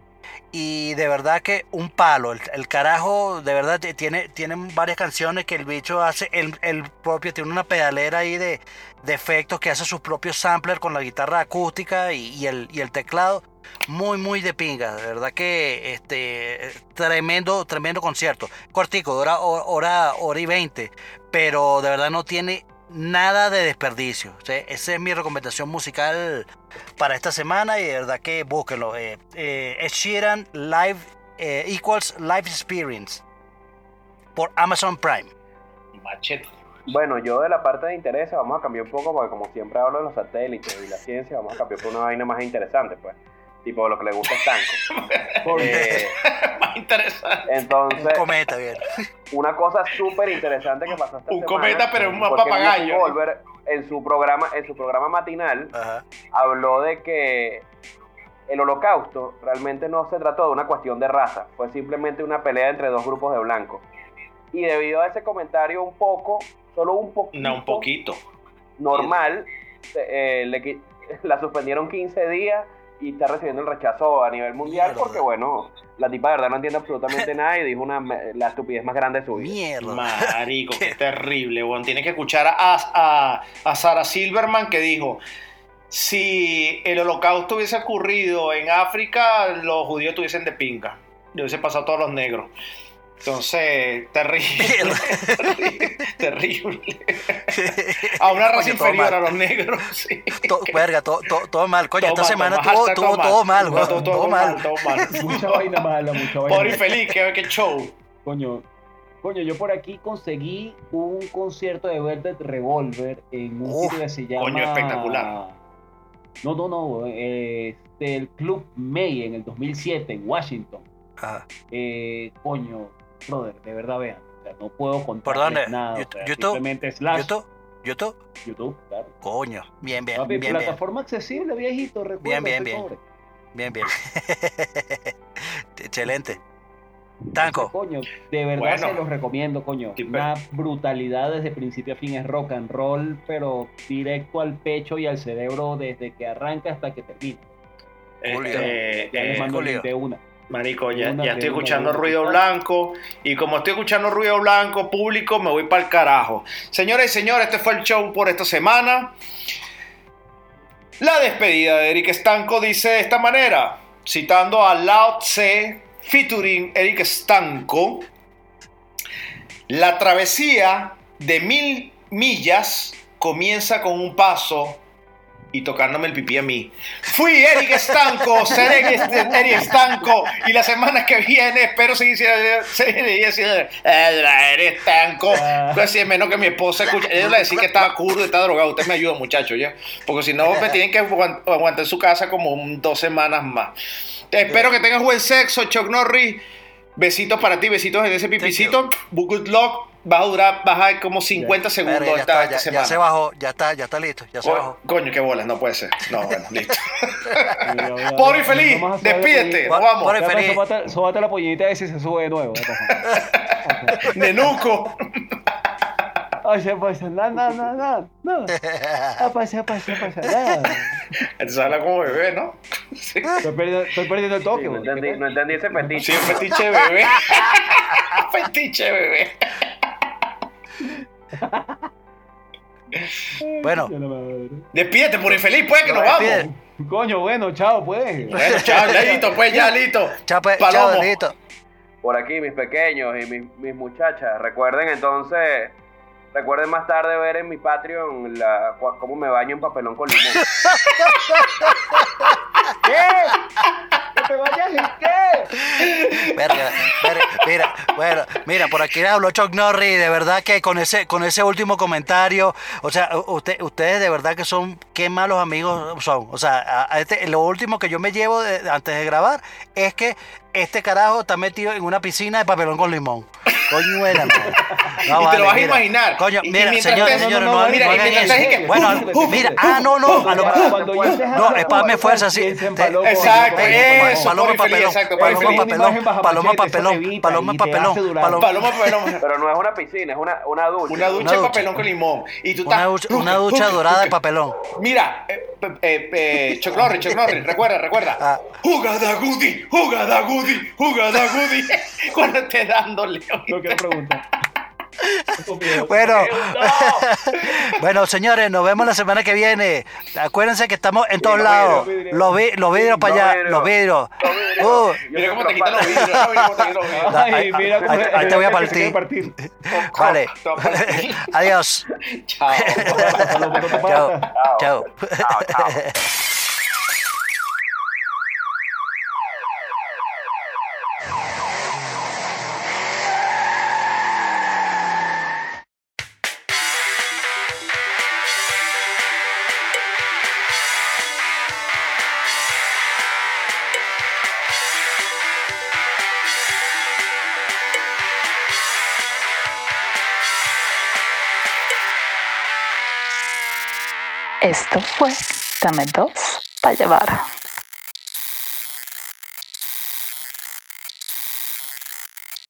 Speaker 4: y de verdad que un palo, el, el carajo de verdad te- tiene, tiene varias canciones que el bicho hace, el, propio, tiene una pedalera ahí de, de efectos que hace sus propios sampler con la guitarra acústica y, y el, y el teclado. Muy, muy de pinga. De verdad que este eh, tremendo, tremendo concierto. Cortico, de hora, ho- hora, hora y veinte. Pero de verdad no tiene nada de desperdicio. O sea, esa es mi recomendación musical para esta semana. Y de verdad que búsquenlo. Eh, eh, Ed Sheeran Live eh, Equals Live Experience. Por Amazon Prime.
Speaker 2: Machete.
Speaker 3: Bueno, yo de la parte de interés vamos a cambiar un poco, porque como siempre hablo de los satélites y la ciencia, vamos a cambiar por una vaina más interesante, pues. Tipo lo que le gusta a Stanco. Eh,
Speaker 2: Más interesante.
Speaker 4: Un
Speaker 3: entonces,
Speaker 4: cometa, bien.
Speaker 3: una cosa súper interesante que pasó esta
Speaker 2: Un
Speaker 3: semana,
Speaker 2: cometa, pero un
Speaker 3: porque
Speaker 2: papagayo,
Speaker 3: Whoopi
Speaker 2: ¿no?
Speaker 3: Goldberg, en su programa, en su programa matinal,
Speaker 4: Ajá.
Speaker 3: habló de que el holocausto realmente no se trató de una cuestión de raza, fue simplemente una pelea entre dos grupos de blancos. Y debido a ese comentario un poco, solo un poquito,
Speaker 2: No, un poquito.
Speaker 3: normal, se- eh, le qui- la suspendieron 15 días y está recibiendo el rechazo a nivel mundial
Speaker 4: Mierda.
Speaker 3: porque, bueno, la tipa de verdad no entiende absolutamente nada y dijo una, me- la estupidez más grande de su vida.
Speaker 4: Mierda.
Speaker 2: Marico, qué terrible, weón. Tienes que escuchar a, a, a Sarah Silverman que dijo: si el holocausto hubiese ocurrido en África, los judíos estuviesen de pinga. Le hubiese pasado a todos los negros. Entonces, terrible. terrible, terrible. A una raza
Speaker 4: Coño, todo
Speaker 2: inferior,
Speaker 4: mal.
Speaker 2: a los negros. sí.
Speaker 4: To- verga, to- to- todo mal, coño.
Speaker 2: Todo
Speaker 4: esta
Speaker 2: mal,
Speaker 4: semana
Speaker 2: todo mal,
Speaker 4: tuvo,
Speaker 2: hashtag
Speaker 4: tuvo todo mal, weón.
Speaker 2: Todo, todo mal, todo mal.
Speaker 5: Mucha vaina mala, mucha vaina
Speaker 2: Pobre
Speaker 5: mala.
Speaker 2: y feliz, qué, qué show.
Speaker 5: Coño, coño, yo por aquí conseguí un concierto de Velvet Revolver en un
Speaker 4: Uf,
Speaker 5: sitio que se llama.
Speaker 2: coño, espectacular.
Speaker 5: No, no, no. eh, Este, el Club May en el 2007 en Washington.
Speaker 4: Ajá.
Speaker 5: Eh, coño, brother, de verdad vean. O sea, no puedo contar
Speaker 4: dónde?
Speaker 5: nada. o
Speaker 4: Yout-
Speaker 5: sea,
Speaker 4: YouTube?
Speaker 5: Simplemente
Speaker 2: Ah.
Speaker 5: slash YouTube,
Speaker 4: ¿YouTube? ¿YouTube?
Speaker 5: claro.
Speaker 4: Coño. Bien, bien,
Speaker 5: Papi,
Speaker 4: bien, bien, bien.
Speaker 5: plataforma accesible, viejito. Recuerda,
Speaker 4: Bien, bien,
Speaker 5: soy
Speaker 4: bien.
Speaker 5: pobre.
Speaker 4: bien. Excelente. Tanco.
Speaker 5: Coño, de verdad
Speaker 2: Bueno.
Speaker 5: se los recomiendo, coño.
Speaker 2: Sí, pero-
Speaker 5: Una brutalidad desde principio a fin es rock and roll, pero directo al pecho y al cerebro desde que arranca hasta que termina.
Speaker 4: Julio.
Speaker 2: Este,
Speaker 5: Ya les
Speaker 2: eh,
Speaker 5: mando el
Speaker 4: Julio.
Speaker 5: link de una.
Speaker 2: Marico, ya,
Speaker 5: Una
Speaker 2: ya estoy
Speaker 5: de una,
Speaker 2: escuchando
Speaker 5: una.
Speaker 2: ruido blanco y como estoy escuchando ruido blanco público, me voy para el carajo. Señores y señores, este fue el show por esta semana. La despedida de Eric Stanco dice de esta manera, citando a Lao Tse featuring Eric Stanco, la travesía de mil millas comienza con un paso y tocándome el pipí a mí. Fui Eric Estanco, seré Eric Est- Eric Estanco y la semana que viene espero seguir siendo seguir siendo- Era Eric Estanco. Pues, sí, menos que mi esposa escuche. Ellos le decía que estaba curdo y estaba drogado. Usted me ayuda, muchachos, ya. Porque si no, me tienen que aguant- aguantar en su casa como un- dos semanas más. Espero que tengas buen sexo, Chuck Norris. Besitos para ti, besitos en ese pipicito. Good luck. Vas a durar, vas a como 50 segundos
Speaker 4: Espera, ya,
Speaker 2: esta,
Speaker 4: está,
Speaker 2: esta
Speaker 4: ya- ya
Speaker 2: semana.
Speaker 4: se bajó, ya está, ya está listo, ya se bajó.
Speaker 2: Co- coño, qué bolas, no puede ser. No, bueno, listo.
Speaker 5: Ya, ya, ya.
Speaker 2: Pobre y feliz,
Speaker 5: Vamos a hacer
Speaker 2: despídete,
Speaker 5: la
Speaker 2: nos vamos.
Speaker 4: Pobre y feliz.
Speaker 5: Sobate, sobate la pollita y si se sube de nuevo. pues.
Speaker 2: Nenuco.
Speaker 5: Ay, se pasa, nada, nada, nada. No. Ah, pasa, pasa, pasa, nada.
Speaker 2: Se habla como bebé, ¿no? Sí,
Speaker 5: Estoy perdiendo, estoy perdiendo el toque,
Speaker 3: Sí, no,
Speaker 5: güey.
Speaker 3: entendí, no entendí ese
Speaker 2: sí
Speaker 3: fetiche.
Speaker 2: un fetiche de bebé. fetiche de bebé.
Speaker 4: Bueno,
Speaker 5: Ya la madre.
Speaker 2: Despídete, por infeliz, pues, que nos
Speaker 4: Despide.
Speaker 2: vamos.
Speaker 5: Coño, bueno, chao, pues.
Speaker 2: Bueno, chao, ya listo, pues, ya listo.
Speaker 4: chao, pues, chao,
Speaker 2: Palomo.
Speaker 4: listo.
Speaker 3: Por aquí, mis pequeños y mis, mis muchachas. Recuerden entonces, recuerden más tarde ver en mi Patreon la, cua- cómo me baño en papelón con limón.
Speaker 5: ¡Que te vayas y qué!
Speaker 4: Verga, verga, mira, bueno, mira, por aquí le habló Chuck Norris, de verdad que con ese, con ese último comentario, o sea, u- usted, ustedes de verdad que son, qué malos amigos son. O sea, a- a este- lo último que yo me llevo de- antes de grabar es que este carajo está metido en una piscina de papelón con limón. Coño de la madre. No,
Speaker 2: Y te
Speaker 4: vale,
Speaker 2: lo vas a
Speaker 4: mira.
Speaker 2: imaginar.
Speaker 4: Coño,
Speaker 2: Y- y
Speaker 4: mira,
Speaker 2: mientras
Speaker 4: señores,
Speaker 2: estés-
Speaker 4: señores,
Speaker 2: no, no,
Speaker 4: no,
Speaker 2: mira,
Speaker 4: no
Speaker 2: y
Speaker 4: hagan
Speaker 2: mientras
Speaker 4: eso.
Speaker 2: estés-
Speaker 4: Bueno, mira, ah, no, no, a lo
Speaker 3: Para
Speaker 4: mejor.
Speaker 3: cuando yo deje
Speaker 4: No, es para darme fuerza, sí.
Speaker 2: Exacto, eso,
Speaker 4: Paloma
Speaker 2: por infeliz,
Speaker 4: papelón,
Speaker 2: exacto, por
Speaker 4: paloma
Speaker 2: infeliz.
Speaker 4: papelón, paloma papelón, paloma papelón, paloma
Speaker 2: Paloma, paloma.
Speaker 3: Pero no es una piscina, es una, una ducha.
Speaker 2: Una ducha
Speaker 4: Una
Speaker 2: de
Speaker 4: ducha.
Speaker 2: papelón con limón. Y tú
Speaker 4: Una
Speaker 2: estás-
Speaker 4: ducha, una ducha dorada de papelón.
Speaker 2: Mira, eh, eh, eh, Chuck Norris, Chuck Norris, recuerda, recuerda.
Speaker 4: Ah.
Speaker 2: Jugada Goody, jugada Goody, jugada Goody. Cuando estés dándole.
Speaker 5: No quiero preguntar.
Speaker 4: Bueno, bueno, señores, nos vemos la semana que viene. Acuérdense que estamos en todos
Speaker 3: los
Speaker 4: lados.
Speaker 5: vidrios.
Speaker 4: Los, vi- los vidrios para allá,
Speaker 3: vidrios.
Speaker 4: los vidrios.
Speaker 3: vidrios.
Speaker 4: Uh,
Speaker 2: Mira cómo te
Speaker 3: Yo
Speaker 2: quitan los
Speaker 3: soy
Speaker 2: vidrios. ¿no? Mira cómo te quitan los vidrios.
Speaker 4: Ay, ahí-
Speaker 5: cómo
Speaker 4: ahí-
Speaker 5: se-
Speaker 4: ahí te voy a
Speaker 5: que se quiere partir.
Speaker 4: Uh, vale. Adiós.
Speaker 2: Chao.
Speaker 4: Chao. Chao.
Speaker 3: Chao, chao.
Speaker 1: Esto fue Dame dos para llevar.